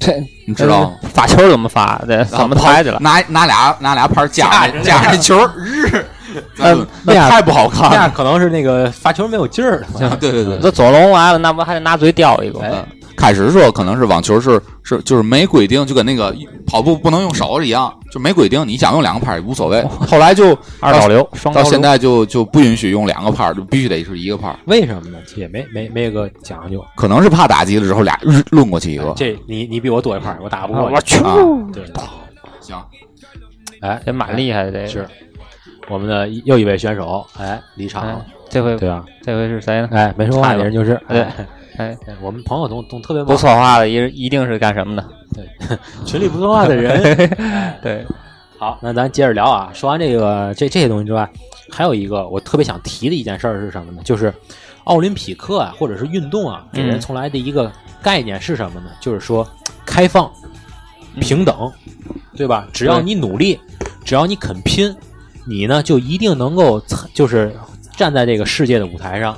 H: 这
G: 你知道吗？
H: 发球怎么发？这怎么抬去了？
G: 拿拿俩拿俩拍儿架着架着球儿日，那
H: 嗯
G: 那
H: 那
G: 太不好看
C: 那
G: 了。啊
C: 可能是那个发球没有劲
G: <laughs>
C: 儿了。
G: 对对对，
H: 这左龙完了，那不还得拿嘴叼一个？
C: 哎，
G: 开始说可能是网球是是就是没规定，就跟那个跑步不能用手一样，就没规定，你想用两个拍儿也无所谓。后来就
H: 二刀流，双刀
G: 到
H: 流
G: 现在就就不允许用两个拍儿，就必须得是一个拍儿。
C: 为什么呢？其实也没没没个讲究。
G: 可能是怕打击了之后俩日抡过去一个。
C: 这你你比我多一块儿，我打不
H: 啊
C: 过你。
H: 我去，
G: 啊，
C: 对，
G: 行，
C: 哎，
H: 这蛮厉害的。这
C: 是我们的又一位选手，哎，离场
H: 哎
C: 了，，
H: 这回
C: 对吧？
H: 这回是谁呢？
C: 哎，没说话
H: 太了
C: 的人就是，
H: 对
C: 哎，
H: 哎，
C: 哎我们朋友总总特别忙
H: 不说话的一一定是干什么的？
C: 群里不说话的 <laughs> 人。
H: 对，
C: 好，那咱接着聊啊。说完这个这这些东西之外，还有一个我特别想提的一件事儿是什么呢？就是奥林匹克啊，或者是运动啊，给人
H: 嗯
C: 从来的一个概念是什么呢？就是说开放、平等，对吧？只要
H: 对
C: 你努力，只要你肯拼，你呢就一定能够参就是站在这个世界的舞台上，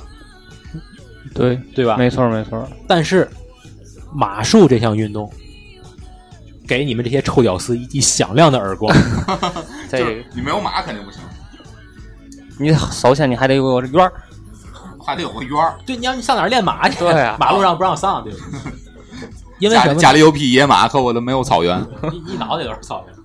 H: 对，
C: 对吧？
H: 没错没错。
C: 但是马术这项运动。给你们这些臭屌丝一记响亮的耳光，
H: 这个
G: 你没有马肯定不行，
H: 你首先你还得有个院儿，
G: 还得有个圆儿。
C: <laughs> 对，你让你上哪儿练马去？
H: 对啊
C: 马路上不让上， <laughs> 对吧？因为
G: 家
C: 什
G: 里
C: 么？
G: 家里有匹野马，可我都没有草原。
C: 一一脑袋都是 <laughs> 草原。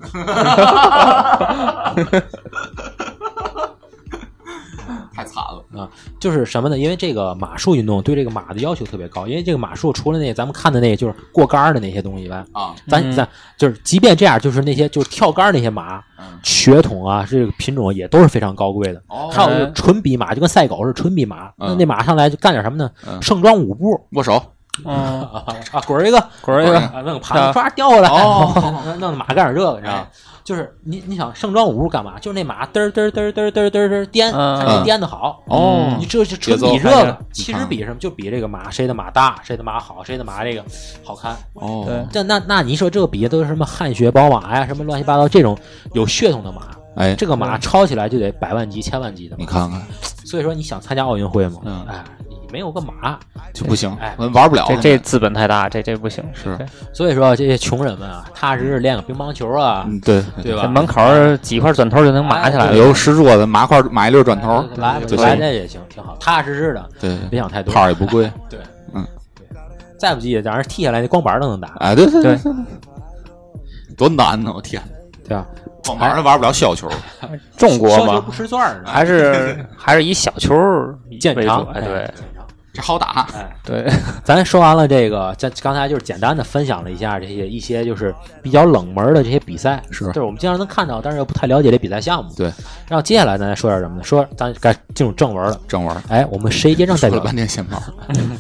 G: 太惨了。
C: 就是什么呢？因为这个马术运动对这个马的要求特别高，因为这个马术除了那咱们看的那个就是过杆儿的那些东西以外，
G: 啊，
C: 咱、
H: 嗯
C: 咱就是即便这样，就是那些就是跳杆儿那些马
G: 嗯，
C: 血统啊，这个品种也都是非常高贵的。
G: 哦
C: 还有就是纯比马，就跟赛狗是纯比马，那
G: 嗯
C: 那马上来就干点什么呢？
G: 嗯
C: 盛装舞步
G: 握手，
H: 嗯，
C: 啊啊，滚儿一个，
H: 果然有
G: 果
H: 个
C: 啊，弄个盘子唰掉下来，
G: 嗯哦
C: <laughs> 弄弄马干点这个，你知道吗
G: 哎？
C: 就是你你想盛装舞步干嘛？就是那马嘚儿嘚儿嘚儿嘚儿嘚儿嘚儿嘚儿颠，
H: 嗯
C: 看谁颠的好。
H: 哦
C: 你这就纯
G: 节奏嗯
C: 比这
H: 看
C: 个
H: 着，
C: 其实比什么？就比这个马谁的马大，谁的马好，谁的马这个好看。
G: 哦
H: 对，
C: 这那那你说这个比的都是什么汗血宝马呀，什么乱七八糟这种有血统的马，
G: 哎，
C: 这个马超起来就得百万级、千万级的
G: 你
C: 马。
G: 看看
C: 所以说你想参加奥运会吗？
G: 嗯
C: 哎，你没有个马，
G: 就不行
C: 哎，
G: 我玩不了。
H: 这这资本太大，这这不行。
G: 是
H: 对
C: 所以说这些穷人们啊，踏实实练个乒乓球啊，
G: 嗯，对，
C: 对吧？
H: 这门口儿几块砖头就能码起来了。
G: 有石桌子，麻块买一溜砖头
C: 哎来吧
G: 就
C: 来
G: 行。
C: 这也行，挺好，踏踏实实的，
G: 对，
C: 别想太多。
G: 拍儿也
C: <laughs>
G: 不贵。
C: 对，
G: 嗯
C: 对，再不济让人踢下来，那光板都能打，
G: 哎，对对
H: 对，
G: 多难呢！我天，
C: 对
G: 啊
C: 吧？
G: 光板都玩不了
C: <laughs>
G: 削球。
H: 中国
C: 削球
H: 嘛
C: 不，吃钻儿
G: 哎
C: 呢，
H: 还是还是以小球儿为
C: 健
H: 主
C: 康，
H: 哎，对
C: 健康。
G: 这好打，
H: 对，
C: 咱说完了这个，咱刚才就是简单的分享了一下这些一些就是比较冷门的这些比赛，
G: 是
C: 就是我们经常能看到，但是又不太了解这比赛项目。
G: 对，
C: 然后接下来咱再说点什么呢？说咱该进入正文了。
G: 正玩。
C: 哎，我们谁接政代
G: 说了
C: 表
G: 半天闲跑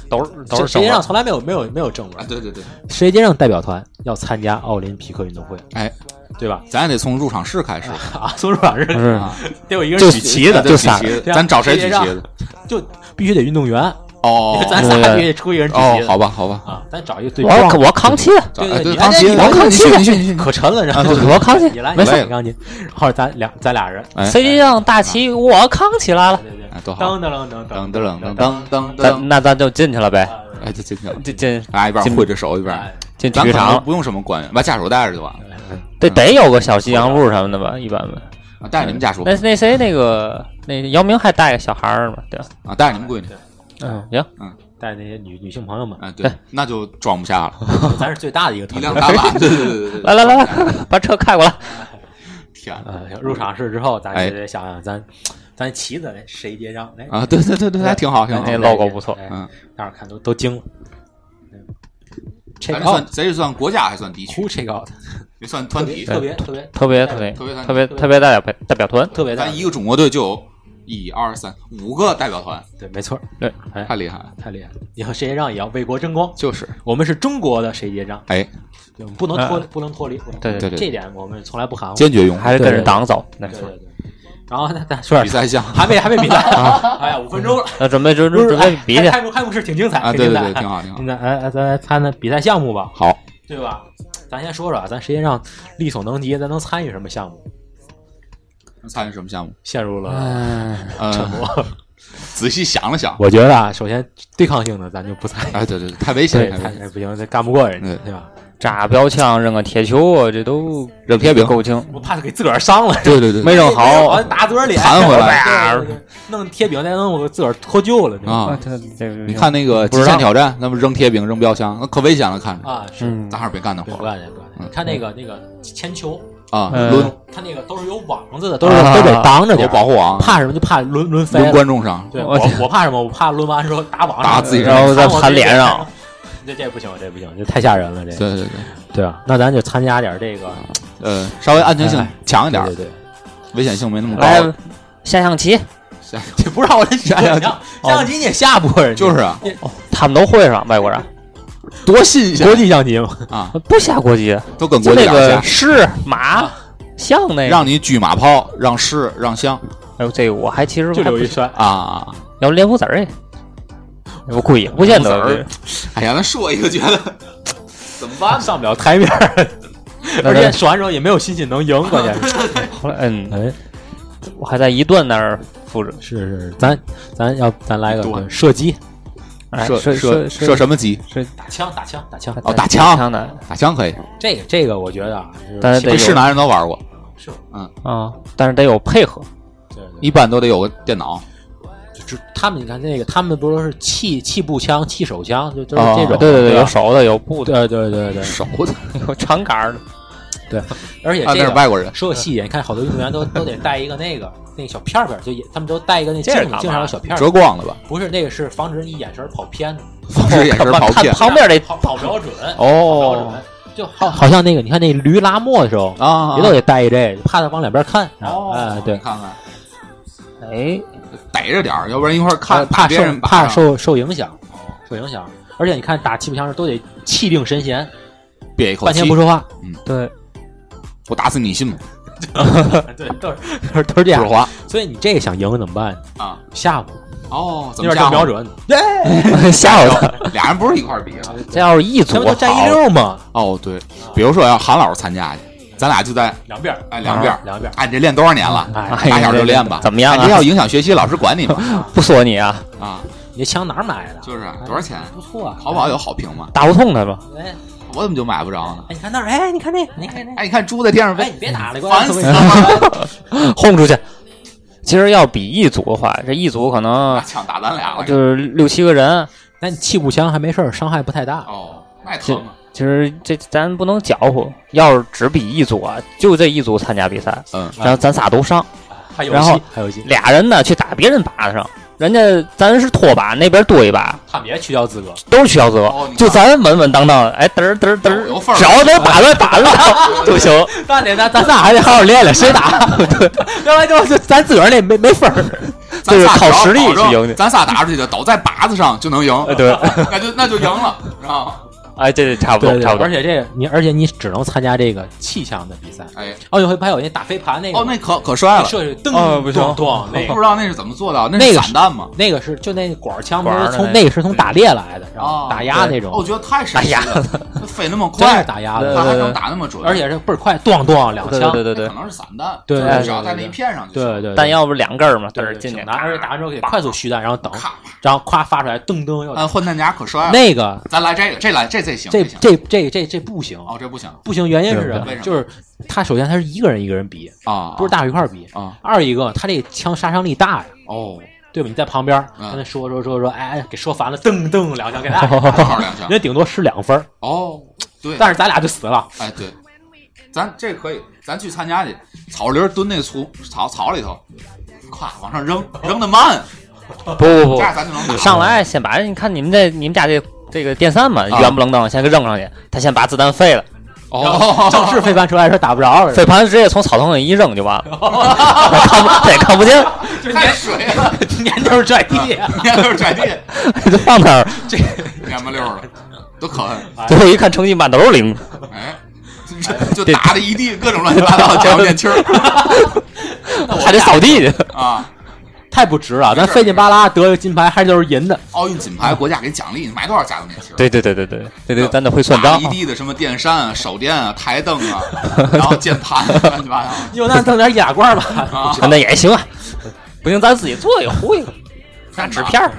H: 都是都
C: 谁谁
H: 是正
C: 接
H: 文
C: 政。从来没有没有没有正
G: 啊！
C: 文，
G: 对对对，
C: 谁接政代表团要参加奥林匹克运动会，
G: 哎，
C: 对吧？
G: 咱也得从入场式开始，
C: <laughs> 啊，松鼠老师
H: 是
C: <laughs> 得有一个
G: 就
C: 人举旗的，
G: 就
C: 就仨
G: 旗
C: 人
G: 的，咱找谁举旗？
C: 这样
G: 的？
C: 就必须得运动员，
G: 哦，
C: <laughs> 咱仨必须得出一个人举旗
G: 哦，
C: 的
G: 好吧，好吧，
C: 啊，咱找一个对
H: 我
C: 撞
H: 我扛旗，
C: 对
G: 哎
C: 对，你
G: 康
C: 来
G: 熙，
C: 你来
G: 你去，你去，你去，
C: 可沉了，然后
G: 啊对对
C: <laughs>
H: 我扛起
C: 你来，
G: 没
C: 你
G: 事
C: 上钢琴，然后咱俩咱俩人，
G: 哎
H: 谁让大旗我扛起来了？
C: 对对，
G: 哎，多好
C: 噔，噔噔噔
G: 噔噔噔噔噔
H: 咱
G: 噔，
H: 那咱就进去了呗，
G: 哎，就进去了，
H: 进进
G: 哎，一边
H: 进
G: 挥着手一边，
C: 哎
H: 进体
G: 咱
H: 育
G: 可能
H: 场，
G: 不用什么官员，把家属带着就完了，
H: 得得有个小西洋路什么的吧，一般吧。
G: 啊带着你们家属
C: 哎
H: 那那谁那个那姚明还带个小孩儿嘛，对吧？
G: 啊，带着你们闺女，
C: 哎
H: 嗯，行，
C: 带那些女女性朋友们，
G: 哎，对，那就装不
C: <laughs>
G: 下了，
C: 咱是最大的一个
G: 一
C: 团
G: 辆
C: 队。
G: 大巴，对对对对
C: 哎
G: 对，
H: 来来来来， <laughs> 把车开过来。
G: <laughs> 天啊
C: 呃，入场式之后，咱
G: 哎
C: 就得想想咱咱旗子哎谁接上，哎，
G: 啊，对对对对，还挺好，挺好
H: 那，logo 不错，
C: 哎
G: 嗯，
C: 大伙儿看都都惊了。check 嗯 out
G: 咱这算咱这算国家还算地区
C: who，check out，
G: 这算团体，
C: 哦特哎别特别
H: 特别特别
G: 特别团
H: 特别特别代表代表团，
C: 特别大
G: 咱，一个中国队就有一二三五个代表团，
C: 对，没错，
H: 对，
C: 哎
G: 太厉害了，
C: 太厉害了！以后谁接仗也要为国争光。
G: 就是，
C: 我们是中国的谁接仗，
G: 哎，
C: 对，我们不能脱，不能脱离。不能
H: 对
G: 对
C: 这点我们从来不含糊。
G: 坚决拥护
H: 还是跟着党走，那
C: 对
H: 是
C: 对对。然后咱咱说点
G: 比赛项
C: 还没还没比赛，哎呀，五分钟了，
H: 那准备准
C: 不是
H: 准备比去
C: 哎，开幕开幕式挺精彩
G: 啊，对对
C: <laughs>
G: 对，
C: 挺
G: 挺好挺好
C: 精彩。。咱哎哎，咱来看看比赛项目吧，
G: 好，
C: 对吧？咱先说说啊，咱实际上力所能及，咱能参与什么项目？
G: 参与什么项目？
C: 陷入
H: 哎
C: 了
G: 嗯，
C: 沉默。
G: <laughs> 仔细想了想，
C: 我觉得啊，首先对抗性的咱就不参与， <laughs>
G: 哎，对对对，太危险
C: 对，
G: 了，太危
C: 太
G: 险了。
C: 不行，这干不过人家
G: 对，
C: 对吧？
H: 炸标枪、扔个铁球啊，这都
G: 扔铁饼
H: 够轻，
C: 我怕他给自个儿伤
G: <laughs>
C: 了，
G: 对对对，
H: 没扔
C: <laughs>
H: 好
C: 好，打自个儿脸，
G: 弹回来
C: 对对对对弄贴饼再弄我自个儿脱臼了，对吧
G: 啊
H: 啊！，这这
G: 你看那个《
H: 不
G: 极
H: 知道
G: 限挑战》，那不扔铁饼、扔标枪，那可危险了，看着。
C: 啊，是
H: 嗯
G: 咱还是别干那
C: 对不
G: 活儿
C: 干这不干这。
G: 嗯
C: 你看那个那个铅球，
G: 啊！
H: 嗯
G: 抡
C: 它那个都是有网子的，都是
H: 啊
C: 都得挡着
G: 有
C: 点儿，
G: 保护网，
C: 怕什么就怕抡抡飞
G: 抡
C: 了。
G: 观众上，
C: 对
H: 我
C: 我我怕什么？我怕抡完之后打网上
G: 打自己
H: 然后再弹脸上。
C: 这这不行，这不行，这太吓人了，这
G: 对对对，
C: 对啊。那咱就参加点儿这个，
G: 呃，稍微安全性
C: 哎
G: 强一点儿
C: 对，对对，哎
G: 危险性没那么
H: 来
G: 高。
H: 下象棋，
G: 下
C: <laughs> 这不让我人下
G: 下
C: 象棋，下象棋你也下不过人家，
G: 哎就是啊，
H: 他们都会上外国人
G: 多新鲜
C: 国际象棋嘛。
G: 啊，
H: 不下国际，
G: 都跟
H: 就
G: 国际打
H: 那个
G: 架，
H: 是马象那个。
G: 让你狙马炮，让士，让香
H: 哎呦，这个我还其实
C: 就
H: 还
C: 刘 <laughs>
H: 不
C: 一栓，
G: 啊！
H: 要练武子儿哎，我估计不见得。
G: 哎呀，那说一个觉得
A: 怎么办？
C: 上不了台面儿，而且说完之后也没有信心能赢，关键是。
H: 后来嗯，
C: 哎，
H: 我还在一段那儿复制，
C: 是是，是，咱咱要咱来
G: 对
C: 个射击，
H: 哎
G: 射
H: 射
G: 射射
H: 射
G: 什么鸡？
C: 打枪打枪打枪
G: 哦打枪
H: 枪的
G: 打枪可以，
C: 这个这个我觉得啊，
H: 但是
C: 这嗯
H: 得
G: 这
H: 有
G: 是男人都玩过，
H: 啊，但是得有配合。
G: 一般都得有个电脑
C: 就他们你看那个，他们不都是气气步枪、气手枪，就就是
G: 哦
C: 这种，
H: 对对
C: 对
H: 对，
C: 吧
H: 有手的，有步的，
C: 对对对对，
G: 手的，
H: 有长杆儿的。
C: 而且
G: 啊，那
C: 这
G: 是
C: 个
G: 外国人
C: 说个细节，你看好多运动员 <laughs> 都都得带一个那个那个小片儿片儿，就也他们都带一个那镜
H: 这是
C: 子
H: 干嘛，
C: 镜上有小片儿片
G: 折
C: 儿，
G: 光了吧？
C: 不是那个是防止你眼神跑偏的，
G: <laughs> 防止眼神
H: 看
G: 跑
H: 看
G: 偏
H: 旁边这
C: 跑跑瞄准，跑瞄
H: 哦
C: 准，就哎好好像那个你看那驴拉磨的时候。
G: 啊！
C: 也都得带一这，怕他往两边看。啊，对
G: 你，看看，
H: 哎，
G: <laughs> 逮着点儿，要不然一会儿
C: 呃
G: 看
C: 怕
G: 把别
C: 受
G: 人
C: 怕
G: 把
C: 受受影响，哦受影响。而且你看打气步枪时都得气定神闲，
G: 憋一口
C: 半天
G: 气
C: 不，说话。 <laughs>
H: 对，
G: 我打死你信吗？
C: 对，都是都是都是这
G: 指
C: 样。
G: 滑
C: 所以你这个想赢怎么办？
G: 啊！
C: 吓唬，
G: 哦，怎
C: 那边
G: 么吓
C: 就
G: 唬
C: 瞄准，
H: 吓唬他。
G: <laughs> 俩人不是一块儿比的。
H: 这要是一组
C: 他们都站一
H: 好
C: 溜嘛，
G: 哦，对，比如说要韩老师参加去，咱俩就在
C: 两边儿啊
G: 哎两边儿，
C: 两边儿。
G: 哎，你这练多少年了？
H: 哎
G: 打小就练吧。
H: 怎么样啊
G: 哎您要影响学习，老师管你吗？
H: <laughs> 不说你啊，
G: 啊，
C: 你这枪哪儿买的？
G: 就是多少钱？
H: 哎
C: 不错啊，
G: 淘宝有好评吗？
H: 打不痛
G: <laughs>
H: 他吧？
C: 哎。
G: 我怎么就买不着呢？
C: 哎，你看那儿，哎，你看这，你看这，
G: 哎，你看猪在天上
C: 哎，
G: 飞，
C: 你别打了，过来
G: 烦死了！
H: 轰出去。其实要比一组的话，这一组可能
G: <laughs> 拿枪打咱俩了。
H: 就是六七个人。
C: 那你气步枪还没事儿，伤害不太大。
G: 哦，那也疼啊。
H: 其实这咱不能搅和，要是只比一组啊，就这一组参加比赛，
G: 嗯，
H: 然后咱仨都上，
C: 还有
H: 然后
C: 戏，还有戏，
H: 俩人呢去打别人靶子上，人家咱是拖把，那边多一把，
C: 他们也取消资格。
H: 都是取消资格
G: 哦你看，
H: 就咱稳稳当当的，哎嘚儿嘚儿嘚
G: 有
H: 儿，
G: 范儿
H: 只要能打在靶子上就行。
C: 那得咱咱仨还得好好练练，谁打？对，要不然就就咱自个儿那没没分儿。
G: 咱
H: 就是
G: 仨
H: 靠
G: 只要
H: 实力
G: 保证
H: 去赢的
G: 咱仨打出去的，都在靶子上就能赢，
H: 哎对，
G: 那就那就
C: <laughs>
G: 赢了，知道吗？
H: 哎这这差不多
C: 对，
H: 差不多
C: 而。且这你，而且你只能参加这个气枪的比赛。
G: 哎，
C: 奥运会不还有那打飞盘那个
G: 哦，
C: 吗？
G: 那可可帅了。
C: 射去噔
H: 哦不行
C: 咣咣
G: <laughs>
C: 那个。
G: 我不知道那是怎么做到，啊那
C: 那
G: 是
C: 个
G: 散弹吗？
C: 那个是就那管儿枪，不
H: 管儿
C: 是
H: 的
C: 从
H: 那
C: 那个是从打猎来的，然
G: 哦
C: 后打鸭那
G: 哦
C: 种，
G: 我觉得太神奇了，那
C: <laughs>
G: 飞那么
C: 真是
G: 快，
C: 打鸭
G: 它
C: 的，
G: 还能打那么准，
C: 而且是倍儿快，咣咣两
H: 对
C: 枪，
H: 对对对
G: 可，能是散弹，
C: 对哎
G: 就是只要在那一
C: 对
G: 片上就
C: 对
G: 行。
C: 对，
H: 弹药不是两根儿嘛，嘚
C: 对
H: 儿
C: 对
H: 进去
C: 挺，难，而且打完之后得快速蓄弹，然后等
G: 咔，
C: 然后咵发出来，噔噔又
G: 哎，混蛋家可帅了，
C: 那个
G: 咱来这个，这来这这行，
C: 这
G: 行。
C: 这这这这不行，
G: 哦，这不行啊
C: 不行，原因是
H: 对
C: 什
G: 为什
C: 么？哦
G: 么
C: 就是他首先他是一个人一个人比，，
G: 啊
C: 不是大伙一块儿比。
G: 啊
C: 二一个他这枪杀伤力大呀，
G: 哦，
C: <laughs> 对吧？你在旁边
G: 嗯
C: 跟他说说说说，哎，哎给说烦了，噔噔两枪给他， <laughs>
G: 正好两枪
C: 人家顶多失两分儿，
G: 哦，对，
C: 但是咱俩就死了。
G: 哎对，咱这可以，咱去参加去，草林蹲那粗草草里头，咵往上扔，扔的慢，
H: 不不
G: 这，
H: 不
G: 样咱就能打
H: 上来先把你看你们这你们家这这个电扇嘛，
G: 啊
H: 圆不愣登先给扔上去，他先把子弹废了，
G: 哦，
C: 正
H: <laughs>
C: 式飞盘车来说打不着， <laughs>
H: 飞盘直接从草丛里一扔就 <laughs> 完了，看不他也看不见，
G: 太水 <laughs> 了，
C: 年头拽地。 <laughs>
G: 面溜拽地，
H: 就放那儿，
G: 面不溜儿的，多可恨，
H: 最后一看成绩满都是零，
G: 哎，就打的一地各种乱七八糟的酱油面青儿
H: <laughs>
I: 还得扫地去。
G: 啊！
C: 太不值了。
G: 没
C: 咱
G: 事
C: 费劲巴拉得个金牌，还就是银 <laughs> 的，
G: 奥运金牌国家给奖励，你买多少酱油面青儿？
H: 对对对对对对对，咱得会算账
G: 打一。地的什么电扇啊、手电啊、台灯啊，然后键盘啊乱七八糟
C: 有那弄点易 <laughs> 拉罐吧。
G: 的
H: <laughs>
G: 啊。
H: 那也行啊，不行咱自己做一个糊一个，拿
G: 啊
H: 纸片儿。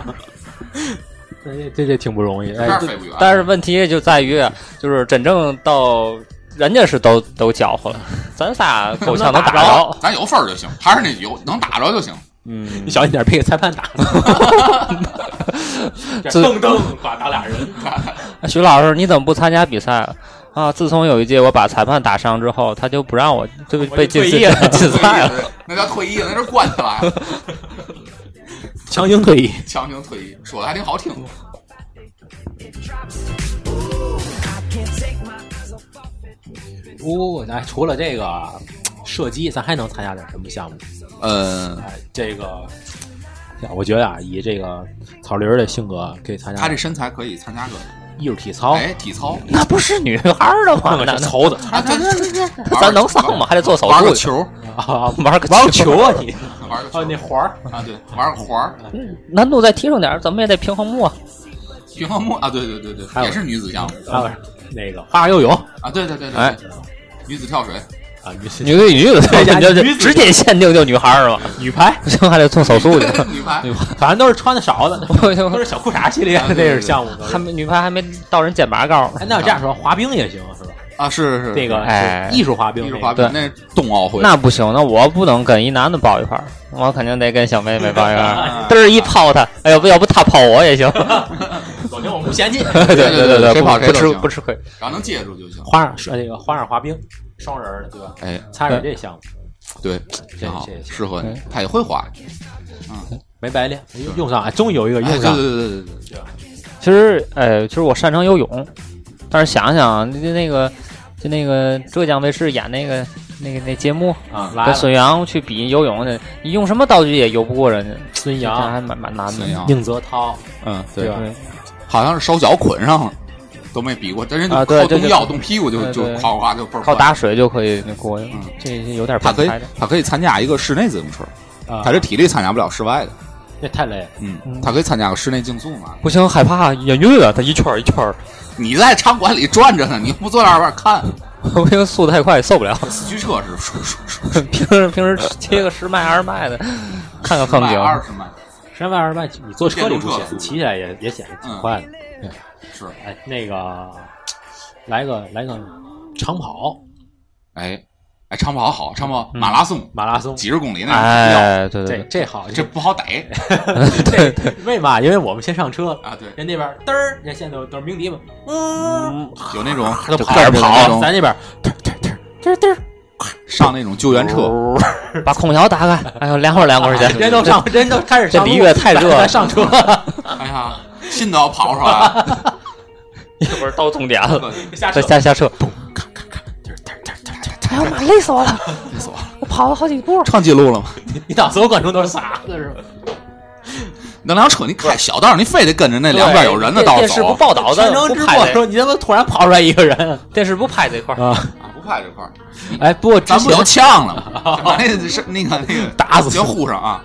C: 这这这挺不容易，
G: 这
C: 哎
G: 儿，飞不远，
H: 但是问题就在于，就是真正到人家是都都搅和了，咱仨够呛能打着。
G: 咱有分儿就行，还是那有能打着就行。
H: 嗯
C: 你，小心点，别给裁判 <laughs> 打了。
H: 自
C: 噔噔，把打俩人。
H: 徐老师，你怎么不参加比赛啊？啊，自从有一届我把裁判打伤之后，他就不让我就被禁
C: 退
H: 禁
C: 役 <laughs> 了
H: 禁
G: 退
H: 赛
G: 役
H: 了。
G: 了，那叫退役了，那是关起来了，
C: 强行退役。
G: 强行退役，说的还挺好听。
C: 如果我哎，除了这个射击，咱还能参加点什么项目？
G: 呃，
C: 哎，这个，我觉得啊，以这个草驴儿的性格，可以参
G: 他
C: 加
G: 这身材可以参加个，
C: 艺术体操。
G: 哎，体操
H: <laughs> 那不是女孩儿的吗？那
C: 头子
G: 啊，对对对对，
H: 那咱能上吗？还得做手
G: 玩个
H: 术去。
G: 球，
C: 啊，
H: 玩个
C: <laughs> 玩球啊你！
G: 玩个
C: 还有
G: 球，
C: 那环儿，
G: 啊，对，玩个环儿，
H: 难度再提升点儿，怎么也得平衡木啊。
G: 平衡木啊，对对对
C: 还
G: 对，
C: 有
G: 也是女子项目
C: 还有啊那个花样游泳
G: 啊，对对对对
H: 哎
G: 对，女子跳水，
C: 啊，女
H: 女对 <laughs> 女的，
C: 家
H: 就就
C: 女子
H: 直接限定就女孩儿是吧？
C: 女排，
H: 不 <laughs> 行还得做手术去。 <laughs>
G: 女排，
C: 反正都是穿的少的，
H: 我就
C: <laughs> 都是小裤衩系列的 <laughs> 那是项目。都是
H: 还没女排还没到人肩膀高呢。
C: 哎，那我这样说，滑冰也行是吧？
G: 啊，是是是，
C: 那个
H: 哎
C: 是艺术滑冰，
G: 艺术滑冰，那是冬奥会，
H: 那不行，那我不能跟一男的抱一块儿，我肯定得跟小妹妹抱一块
G: 啊
H: <laughs> 儿，嘚儿一抛他，哎呦，要不他抛我也行。 <laughs>
C: 那个，老牛我们不嫌
G: <laughs>
C: 弃。
H: 对
G: 对对
H: 对，
G: 谁
H: 不
G: 跑谁
H: 不
G: 都
H: 吃
G: 行
H: 不吃亏。
G: 然后能接住就
H: <laughs>
G: 行。
C: 花样那个花样滑冰，双人儿的对吧？
G: 哎，
C: 参与这项目
G: 对，
C: 这
G: 挺好
C: 这，
G: 适合
H: 嗯
G: 你，他也会滑，
C: 没白练，用上，哎终于有一个用
G: 哎对
C: 上
G: 对。对对对对，
H: 其实，哎，其实我擅长游泳，但是想想那那个，就那个浙江卫视演那个那个那节目，
C: 啊，
G: 嗯
C: 来了，
H: 跟孙杨去比游泳去，你用什么道具也游不过人家，
C: 孙
H: 这
C: 杨、
H: 还蛮蛮难的
G: 孙。杨，
C: 宁泽涛，
G: 嗯，
C: 对
G: 对，
C: 吧？
G: 好像是手脚捆上了，都没比过，但人
H: 啊
G: 就
H: 对
G: 靠
H: 对
G: 动
H: 对
G: 腰动屁股就
H: 对
G: 就
H: 对
G: 哗哗就倍儿快。
H: 靠打水就可以那过去
G: 嗯，
H: 这这有点
G: 他
H: 变
G: 可以
H: 态的。，
G: 他可以参加一个室内自行车，
C: 啊
G: 他这体力参加不了室外的。
C: 那太累了，
G: 嗯
H: 嗯，
G: 他可以参加个室内竞速嘛。
H: 不行，害怕眼晕啊！他一圈儿一圈儿，
G: 你在场馆里转着呢，你不坐在外边看，
H: <laughs> 我因为速度太快受不了。
G: 四驱车是唰唰唰
H: 平时平时切个十迈二十迈的，看
G: 十
H: 看风
G: 迈
H: 景。
G: 二十迈，
C: 山外二外你坐车里不
G: 电动车
C: 显，骑起来也也显得挺快的。
G: 嗯是
C: 哎，那个来个来个长跑
G: 哎哎，长跑好，长跑马拉松
C: 马拉松，
G: 几十公里那
H: 嗯哎，对
C: 这
H: 对对，
C: 这好，
G: 种，这不好逮
C: 这这为嘛？因为我们先上车，
G: 啊。对，
H: 哎
C: 人那边嘚儿，人家现在都都是鸣笛嘛，嗯，
G: 有那
H: <laughs>
G: 种
C: 他都
G: 就
C: 跑
G: 开始跑
C: 咱这边
G: 上那种救援车，
H: 把空调打开，哎呦，凉快凉快去。
C: 啊人都
G: <laughs>
C: 上，人都开始
H: 这
C: 上路
H: 里越太热
C: 咱咱上车
G: 哎呀，心都要跑出来了。
H: 一会儿到终点了，
C: 下车
H: 再。下下车。
F: 哎呀妈，累死我了，累死我了！我跑了好几步，
G: <laughs> 创纪录了吗？ <laughs>
C: 你当所有观众都是傻子是吧？
G: 那辆车你开小道，你非得跟着那两边有人的道啊
H: 电视不
G: 走，
H: 报道的
C: 全，程
H: 不
C: 直播
H: 拍
C: 的
H: 这
C: 时候，你他妈突然跑出来一个人
H: 电视不拍这块儿。
C: 啊！
G: 啊不怕这块儿。
C: 哎，不过之
G: 咱不
C: 前
G: 都呛了
C: <laughs>
G: 吗？哎把那个是那个那个
C: 打死
G: 先护上啊！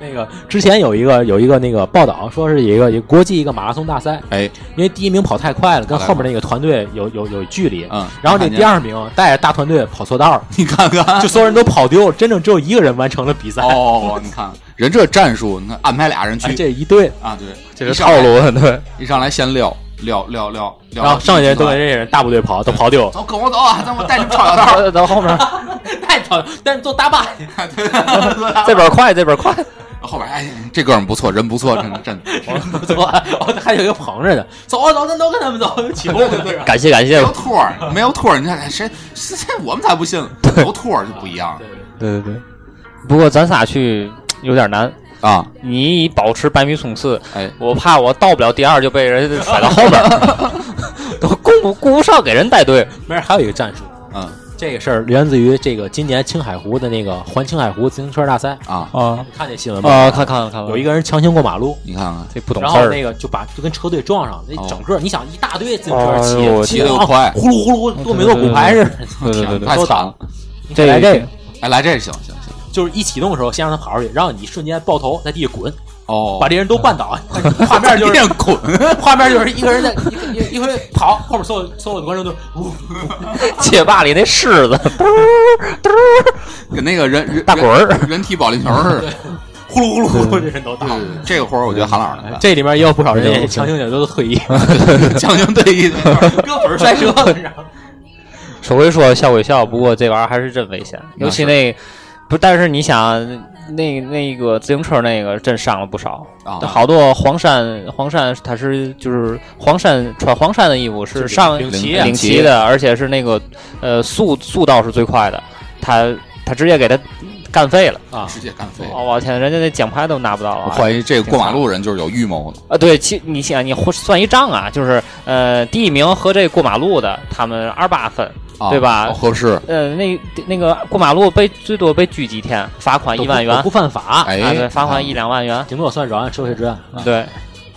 C: 那个之前有一个有一个那个报道，说是有一个有国际一个马拉松大赛，
G: 哎，
C: 因为第一名跑太快了，跟
G: 跑太
C: 后面那个团队有有有距离，
G: 嗯
C: 然后这
G: 看见
C: 第二名带着大团队跑错道 <laughs> 了，
G: 你看看，
C: 就所有人都跑丢了，真正只有一个人完成了比赛，
G: 哦，你看人这战术，你看安排俩人
C: 哎
G: 去
C: 这一队，
G: 啊，对，
H: 这
G: 一
H: 是
G: 上
H: 套
G: 来
H: 路，对，
G: 一上来先撂撂撂撂撂，
C: 啊然后剩下人都跟这些人大部队跑，都跑
G: <laughs>
C: 丢了，呃
G: 走，跟我走啊，咱我带你们抄
C: <laughs>
G: 小道。
H: 到后面
C: 太跑，但是坐大巴去，
H: 这边快，这边快，
G: <laughs> 后边哎，这哥们不错，人不错，真的真的。
C: 不错，我还有一个捧着的，走啊走，咱都跟他们走， <laughs> 起步对吧？
H: 感谢感谢
G: 没有。托儿，没有托儿，你看哎谁谁谁，我们才不信了，有托儿就不一样
H: 对对对，不过咱仨去有点难，
G: 啊！
H: 你保持百米冲刺，
G: 哎，
H: 我怕我到不了第二就被人
C: <laughs>
H: 甩到后边儿，都顾不顾不上给人带队。
C: 没事，还有一个战术，
G: 嗯，
C: 这个事儿源自于这个今年青海湖的那个环青海湖自行车大赛，
G: 啊，
H: 啊
C: 你看见新闻吗？
H: 啊，看看了看了，
C: 有一个人强行过马路，
G: 你看看，
H: 这不懂
C: 然
H: 事
C: 后
H: 儿，
C: 那个就把就跟车队撞上，
G: 哦
C: 那整个你想一大堆自行
H: 哎
C: 车
H: 呦
C: 骑，
G: 骑得又快
C: 啊呼噜呼噜呼噜，跟没做骨牌似的。
H: 对对对对
G: 太
C: 都
G: 惨
C: 打
G: 了。
C: 你
H: 这
C: 看来这
H: 个
C: 个
G: 哎，来这行行行，
C: 就是一启动的时候，先让他跑出去，让你瞬间抱头在地下滚，
G: 哦，
C: 把这人都绊倒。画面就是
G: 练滚，
C: 画面就是一个人在一个一个一个人跑，后面所有所有的观众都呜，
H: 街霸里那狮子，
G: 跟那个人人
H: 大滚儿
G: 人人体保龄球似的。
C: <laughs> 呼噜呼噜呼噜，这人都 <laughs>
G: 对
C: 倒。
G: 对对，这个活儿我觉得韩老师能
C: <laughs>
G: 干。
C: 这里面也有不少
H: 哎呦
C: 人强行也都退役，
G: 强行对弈 <laughs> 的事儿，
C: 热腿摔折了。然后
H: 手回说笑归笑，不过这玩意儿还是真危险，尤其那不是，但是你想那那个自行车那个真伤了不少，
G: 啊
H: 好多黄山黄山它是就是黄山穿黄山的衣服是上
C: 领
G: 旗
C: 骑
G: 啊
H: 领骑的，而且是那个呃速速道是最快的，他他直接给他干废了，
C: 啊，
G: 直接干飞。
H: 哦我天，人家那奖牌都拿不到
G: 我
H: 啊！
G: 怀疑这个过马路人就是有预谋的，
H: 啊，对，其你想你算一账啊，就是呃，第一名和这过马路的他们二八分，
G: 啊、
H: 对吧
G: 哦合适，
H: 呃，那那个过马路被最多被拘几天，罚款一万元
C: 都不，犯法，
G: 哎，
H: 啊，对，罚款一两万元，
C: 顶多算扰乱社会治安。
H: 对，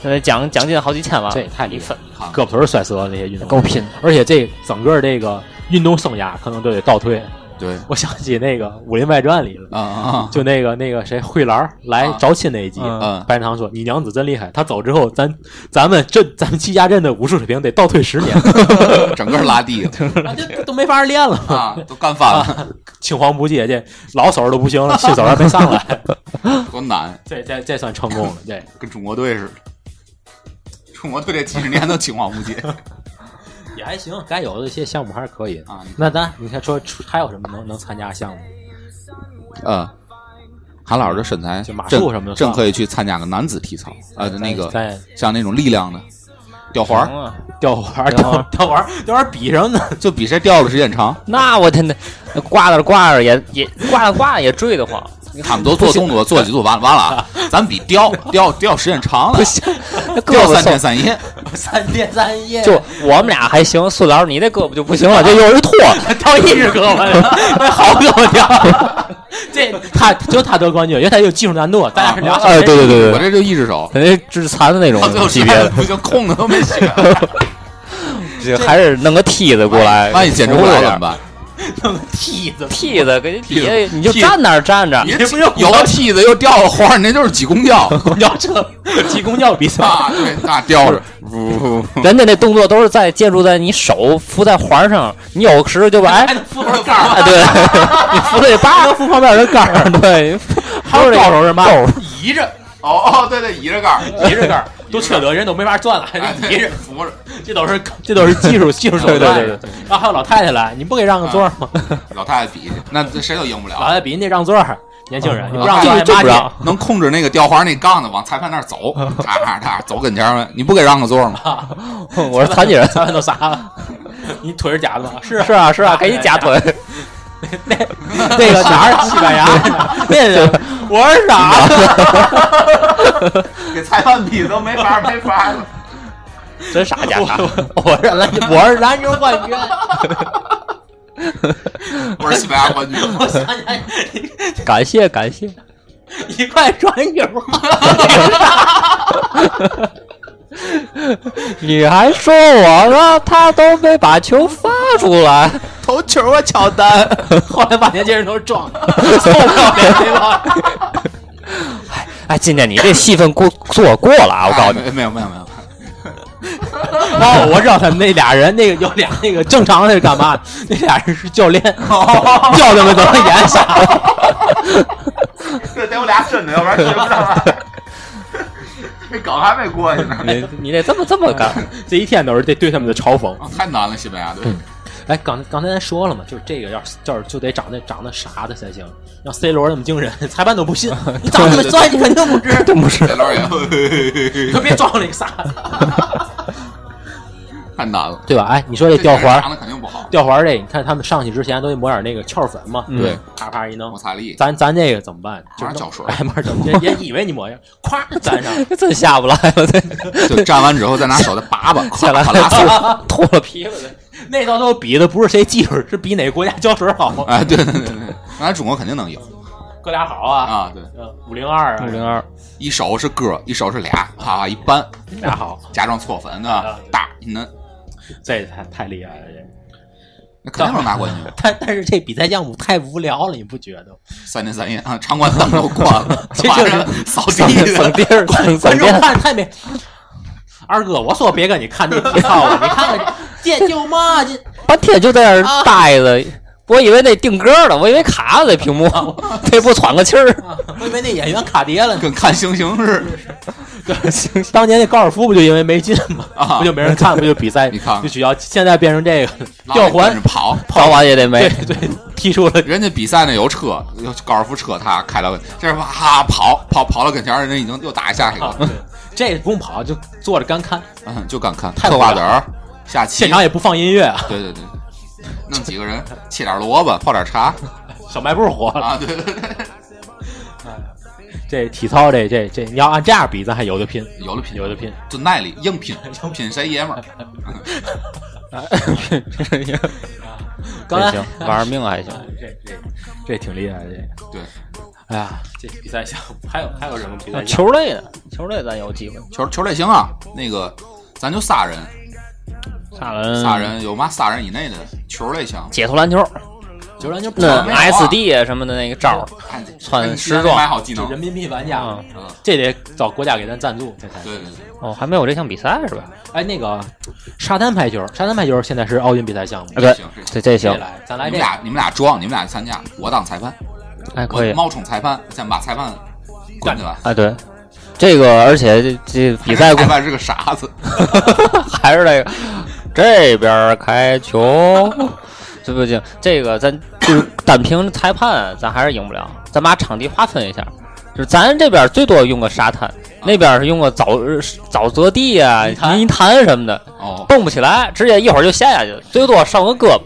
H: 呃，奖奖金好几千万，
C: 这也太
H: 一
C: 离
H: 分
C: 分，胳
G: 看
C: 膊腿摔折了那些运动员，
H: 够拼的。
C: 而且这整个这个运动生涯可能都得倒退。
G: 对
C: 我想起那个《武林外传》里了，
G: 啊啊
C: 就那个那个谁慧兰儿来
G: 啊
C: 招亲那一集，
G: 啊
H: 嗯，
G: 嗯，
C: 白仁堂说：“你娘子真厉害，她走之后，咱咱们镇咱们戚家镇的武术水平得倒退十年，
G: 整个拉 <laughs> 低了
C: 啊这这都没法练了，
G: 啊，都干翻了，
C: 青黄不接，这老手都不行 <laughs> 了，新手还没上 <laughs> 来，
G: 多难，
C: 这这这算成功了，这
G: 跟中国队似的。中国队这几十年都青黄不
C: <laughs>
G: 接
C: 也还行，该有的一些项目还是可以的。
G: 啊，
C: 那咱你看说出还有什么能能参加的项目？
G: 嗯。韩老师的身材
C: 就马
G: 真
C: 术什么的
G: 真
C: 算
G: 可以去参加个男子体操，呃，
C: 咱
G: 那个
C: 咱
G: 像那种力量的吊环儿，
H: 啊，
C: 吊环儿
H: 吊
C: 吊
H: 环儿
C: 吊环儿吊环儿比什么呢？ <laughs>
G: 就比谁吊的时间长。
H: 那我天呐，那挂着挂着也也挂着挂着也坠得慌，
G: 他们都做动作做几组完了完了啊，咱比吊吊吊时间长了，
H: 那胳
G: 吊
H: 膊
G: 三
H: 松
G: 天三夜，
C: 三天三夜
H: 就我们俩还行，孙老师你那胳膊就不行了，这又是脱，
C: 掉一只胳 <laughs> 膊，那啊哎好胳膊掉。这他就他得冠军，因为他有技术难度，咱俩是 <laughs> 俩手。
H: <laughs> 哎，对对对嗯
G: 我这
H: 对，
G: 就一只手，
H: 肯定致残的那
G: <laughs>
H: 种
G: 到最后
H: 级别的，
G: 不行，空的都没
H: <laughs>
G: 血，
H: 就还是弄个梯子过来，
G: 万一捡出不
H: 扶着
G: 来
H: 点
G: 怎
H: 儿
G: 么办？
C: 弄梯子，
H: 梯子给
G: 梯
H: 底
G: 子
H: 下你就
G: 梯子
H: 站那儿
G: <laughs>
H: 站着，
G: 你
C: 这不就
G: 有了梯子又掉个花儿，你那就是挤公
H: <laughs>
G: 交
C: 公交 <laughs> 车挤公交比赛，
G: 啊！对，那吊着，呜，
H: 人家那动作都是在借助在你手扶在环上，你有时候就把
G: <laughs>
H: 哎
C: 还，能扶着杆儿，
H: 哎对， <laughs> 你扶着把能扶旁边的杆儿，对，还有高手是嘛？
G: <laughs> 移着。哦哦，对对，移着
H: <laughs>
G: 杆儿，
C: <laughs> 提着杆儿都缺德，人都没法转了，还
G: 哎，
C: 得提
G: 对
C: 着，
G: 扶着。
C: 这都是这都是技术技术手段。
H: 对对对
C: <laughs> 对。啊，还有老太太来，你不给让个座儿吗？
G: 老太太比去，那这谁都赢不
C: 老
G: 了。
C: 太太比你得让座儿，年轻人
H: 嗯
C: 你不让座
H: 这
C: 儿
H: 这
C: 还
H: 不
C: 骂
H: 让
G: <laughs>
C: 你。，
G: 能控制那个吊环那杠子往裁判那儿 <laughs> 走，哒哒哒，走跟前儿吗？你不给让个座吗？
H: 我是残疾人
C: 裁判都傻了，你腿是假的吗？是啊
H: 是啊是啊，给你夹 <laughs> 腿，
C: <laughs> 那个哪儿西班牙？ <laughs> 那
H: <laughs>
C: 个我是傻子，
G: <laughs> 给裁判比都没法没法 <laughs> 了。
H: 真 <laughs> 傻家伙，
C: <laughs> 我是篮球，我是篮球冠军。 <laughs>
G: 我是西班牙冠军， <laughs>
C: 我想起来，
H: 感谢感谢，
C: 一块传球。
H: <laughs>
C: <laughs>
H: 你还说我了，他都没把球发出来，
G: 头球啊，乔丹。
C: 后来把年轻人都撞了，受不了这个。 <laughs>
H: 哎，今天你这戏份过做过了啊，我告诉你，
G: 哎没有没有没有，
C: 哦，我知道他们那俩人，那个有俩那个正常的是干嘛？那俩人是教练，
H: 哦
C: <laughs> 教他们怎么演傻了。
G: 这得有俩身子，要不然学不上来。 <laughs> 这梗还没过去呢，
H: 你你得这 <laughs> 么这么干，
C: 这一天都是对对他们的嘲讽。
G: 太难了，西班牙队。
C: 哎，刚刚才咱说了嘛，就是这个要是就是就得长得长得傻的才行，让 C 罗那么精神， <laughs> 裁判都不
H: <laughs>
C: 信。你长得帅，你肯定不知，
H: 真不是
G: <laughs> 这轮也
C: 可别撞那个傻子，
G: <laughs> 太难了，
C: 对吧？哎，你说这吊环
G: 长得肯定不好，
C: 吊环儿这，你看他们上去之前都得抹点那个翘粉嘛，
G: 对，
C: 啪啪一弄
G: 摩，擦力。
C: 咱咱这个怎么办？就
G: 马上
C: 是
G: 搅水
C: 哎，马上搅水，也也以为你抹上，咵粘上，
H: 真
C: <laughs>
H: 下不来了，这
G: <laughs> 就站完之后再拿手再拔拔，
H: 下来
C: <laughs>
G: 拉
H: 脱脱了皮了，
C: 那到最后比的不是谁技术，是比哪个国家胶水好，
G: 啊，对对对对，对那中国肯定能赢
C: 哥俩好啊，
G: 啊！对，
C: 嗯，五零二啊，
H: 五零二，
G: 一手是歌，一手是俩，哈哈，一搬，
C: 俩好，
G: 假装错粉啊
C: 啊，
G: 大那
C: 这太太厉害了，这。
G: 那肯定能拿冠军。
C: 但但是这比赛项目太无聊了，你不觉得？
G: 三天三夜啊，场馆灯都关了，
C: <laughs> 这
G: 晚
C: 就是
G: 上扫
H: 省
G: 地
H: 省
G: 的。
H: 地儿，省
C: 观
H: 省
C: 众
H: 电。
C: 看太没。 <laughs> 二哥，我说别跟你看这体操啊了，你看 <laughs> 看这这就嘛这
H: 半天就在那儿待着。我以为那定格了，我以为卡了在屏幕， <laughs> 这不喘个气儿。
C: 啊，我以为那演员卡碟了呢。
G: 跟看星星似的，
C: <laughs> 当年那高尔夫不就因为没进吗？
G: 啊
C: 不就没人看，不就比赛
G: 你看看
C: 就取消？现在变成这个
G: 老
C: 吊
G: 得跟
C: 环
G: 着，跑，
H: 早晚也得没
C: 对。对，踢出了。
G: 人家比赛呢有车，有高尔夫车，他开到这是哇哈跑跑跑到跟前儿，人已经又打下一
C: 啊 <laughs>
G: 个，
C: 对这不用跑，就坐着干看，
G: 嗯，就敢看
C: 太
G: 嗑
C: 无聊
G: 瓜子儿，下棋
C: 现，场也不放音乐啊，
G: 对对对，弄几个人切点萝卜，泡点
C: <laughs>
G: 茶
C: 小卖部火了。
G: 啊，对对对，
C: <laughs> 这体操这这这，你要按这样比，咱还有的拼，
G: 有的拼，
C: 有的拼。
G: 就耐力，硬拼，拼谁爷们儿？
C: 刚才
H: 行，
C: <laughs>
H: 玩命还行。
C: 这这这挺厉害的，这
G: 对，
C: 哎呀，这比赛项目还有还有什么比赛 <laughs> 项目？
H: 球类 <laughs> 的，球类咱有机会。
G: 球球类行啊，那个咱就仨人，
H: 萨
C: 嗯
H: 人，
G: 仨，人有嘛仨人以内的球类项目，
H: 解投篮球，
C: 球篮球不
H: 那
C: 算
G: 没有啊
H: SD 啊什么的那个招儿，
G: 看
H: 穿
G: 你
H: 时装
G: 买好技
C: 就
G: 能，
C: 人民币玩家嘛，
H: 嗯
G: 嗯，
C: 啊这得找国家给咱赞助，这才
G: 对对对。
H: 哦，还没有这项比赛是吧？
C: 哎，那个沙滩排球，沙滩排球现在是奥运比赛项目，
H: 啊对
G: 行是
H: 这
C: 这
H: 这行，
C: 来咱
G: 你
C: 来
G: 们
C: 这个
G: 俩，你们俩装，你们俩参加，我当裁判，
H: 哎，
G: 我
H: 可以。
G: 冒充裁判，先把裁判滚去吧。
H: 啊，对，这个而且这这比赛
G: 裁判是个傻子，
H: <laughs> 还是那个这边儿开球，这不行，这个咱就是单凭裁判，咱还是赢不了。咱把场地划分一下，就是咱这边最多用个沙滩，那边是用个沼沼泽地啊、泥潭什么的，
G: 哦，
H: 蹦不起来，直接一会儿就陷下去了，最多上个胳膊。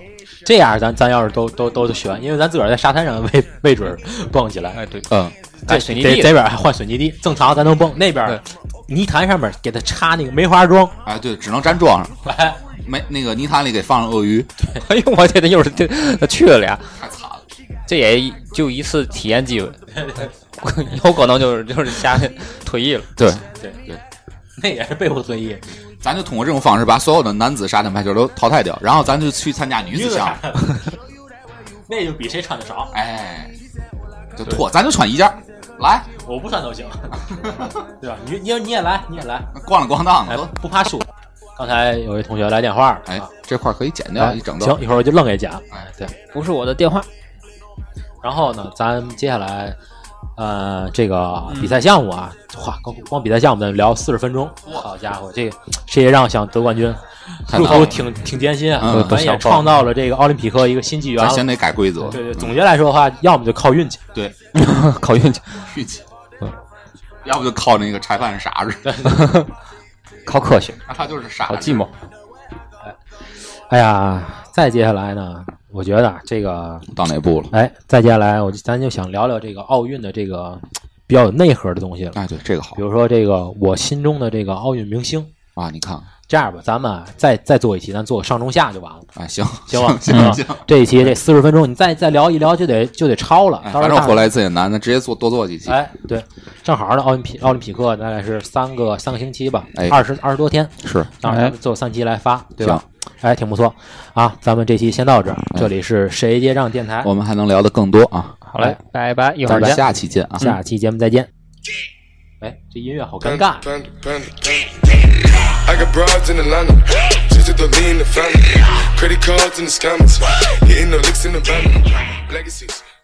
C: 这样咱咱要是都都都选，因为咱自个儿在沙滩上未未准儿 <laughs> 蹦起来，
H: 哎，对，
G: 嗯，
H: 在水泥
C: 这
H: 地
C: 这边还换水泥地，正常咱能蹦，那边泥潭上面给它插那个梅花桩，
G: 哎，对，只能粘桩
C: <laughs>
G: 上，
C: 哎，
G: 没那个泥潭里给放了鳄鱼，
H: 哎呦，我天，又是这去了俩，
G: 太惨了。
H: 这也一就一次体验机会， <laughs> 有可能就是就是 <laughs> 下去退役了。
G: 对，
C: 那也是被迫退
G: <laughs>
C: 役。
G: 咱就通过这种方式把所有的男子沙滩排球都淘汰掉，然后咱就去参加女子项目。
C: <laughs> 那就比谁穿的少，
G: 哎，就脱，咱就穿一件儿，来
C: 我不穿都
G: <laughs>
C: 行，对吧？你你你也来，你也来，
G: 逛了逛荡
C: 哎
G: 的，都，
C: 不怕输。刚才有位同学来电话了，
G: 哎
C: 啊，
G: 这块儿可以剪掉一整段。
C: 行，一会儿我就愣给讲。
G: 哎，
C: 对，
H: 不是我的电话，
C: 然后呢，咱接下来，呃，这个比赛项目啊，
G: 嗯
C: 哇，光光比赛项目咱聊四十分钟，好家伙，这个世界让想得冠军，
G: 太
C: 路
G: 难
C: 途
G: 了，
C: 挺挺艰辛
G: 嗯
C: 啊，咱也创造了这个奥林匹克一个新纪元
G: 咱
C: 了。
G: 先得改规则。
C: 对对，总结来说的话，要么就靠运气，
G: <laughs>
H: 考运气，
G: 运气，要不就靠那个裁判是傻子，
H: 考科学，
G: 那他就是傻
H: 考
G: 子
H: 寂。寞。
C: 哎呀，再接下来呢，我觉得啊这个，
G: 到哪步了？
C: 哎，再接下来我就咱就想聊聊这个奥运的这个比较有内核的东西了，
G: 哎，对，这个好
C: 比如说这个我心中的这个奥运明星。
G: 啊！你看，
C: 这样吧，咱们啊再再做一期，咱做个上中下就完了。
G: 哎，行
C: 行吧
G: 行
C: 行
G: 行，
C: 这一期这四十分钟，你再再聊一聊就得就得超了。
G: 哎，
C: 到
G: 反
C: 时
G: 正
C: 候
G: 回来自己难，那直接做多做几期。
C: 哎，对，正好呢，奥林匹奥林匹克大概是三个三个星期吧
G: 哎，
C: 二十二十多天，
G: 是，
C: 到时候咱们做三期来发，对吧
G: 行？哎
C: 哎，挺不错啊，咱们这期先到这儿，这里是谁接账电台，
G: 我们还能聊的更多啊，
H: 好嘞，拜拜，一会
G: 咱
H: 儿
G: 们
H: 见。
G: 下期见啊！
C: 下期节目再见。
G: 嗯
C: 哎，这音乐好尴尬，
J: Panda, panda, panda. I got broads in Atlanta, just at the lean, the family. Credit cards in the scammers, getting no licks in the van. Legacies.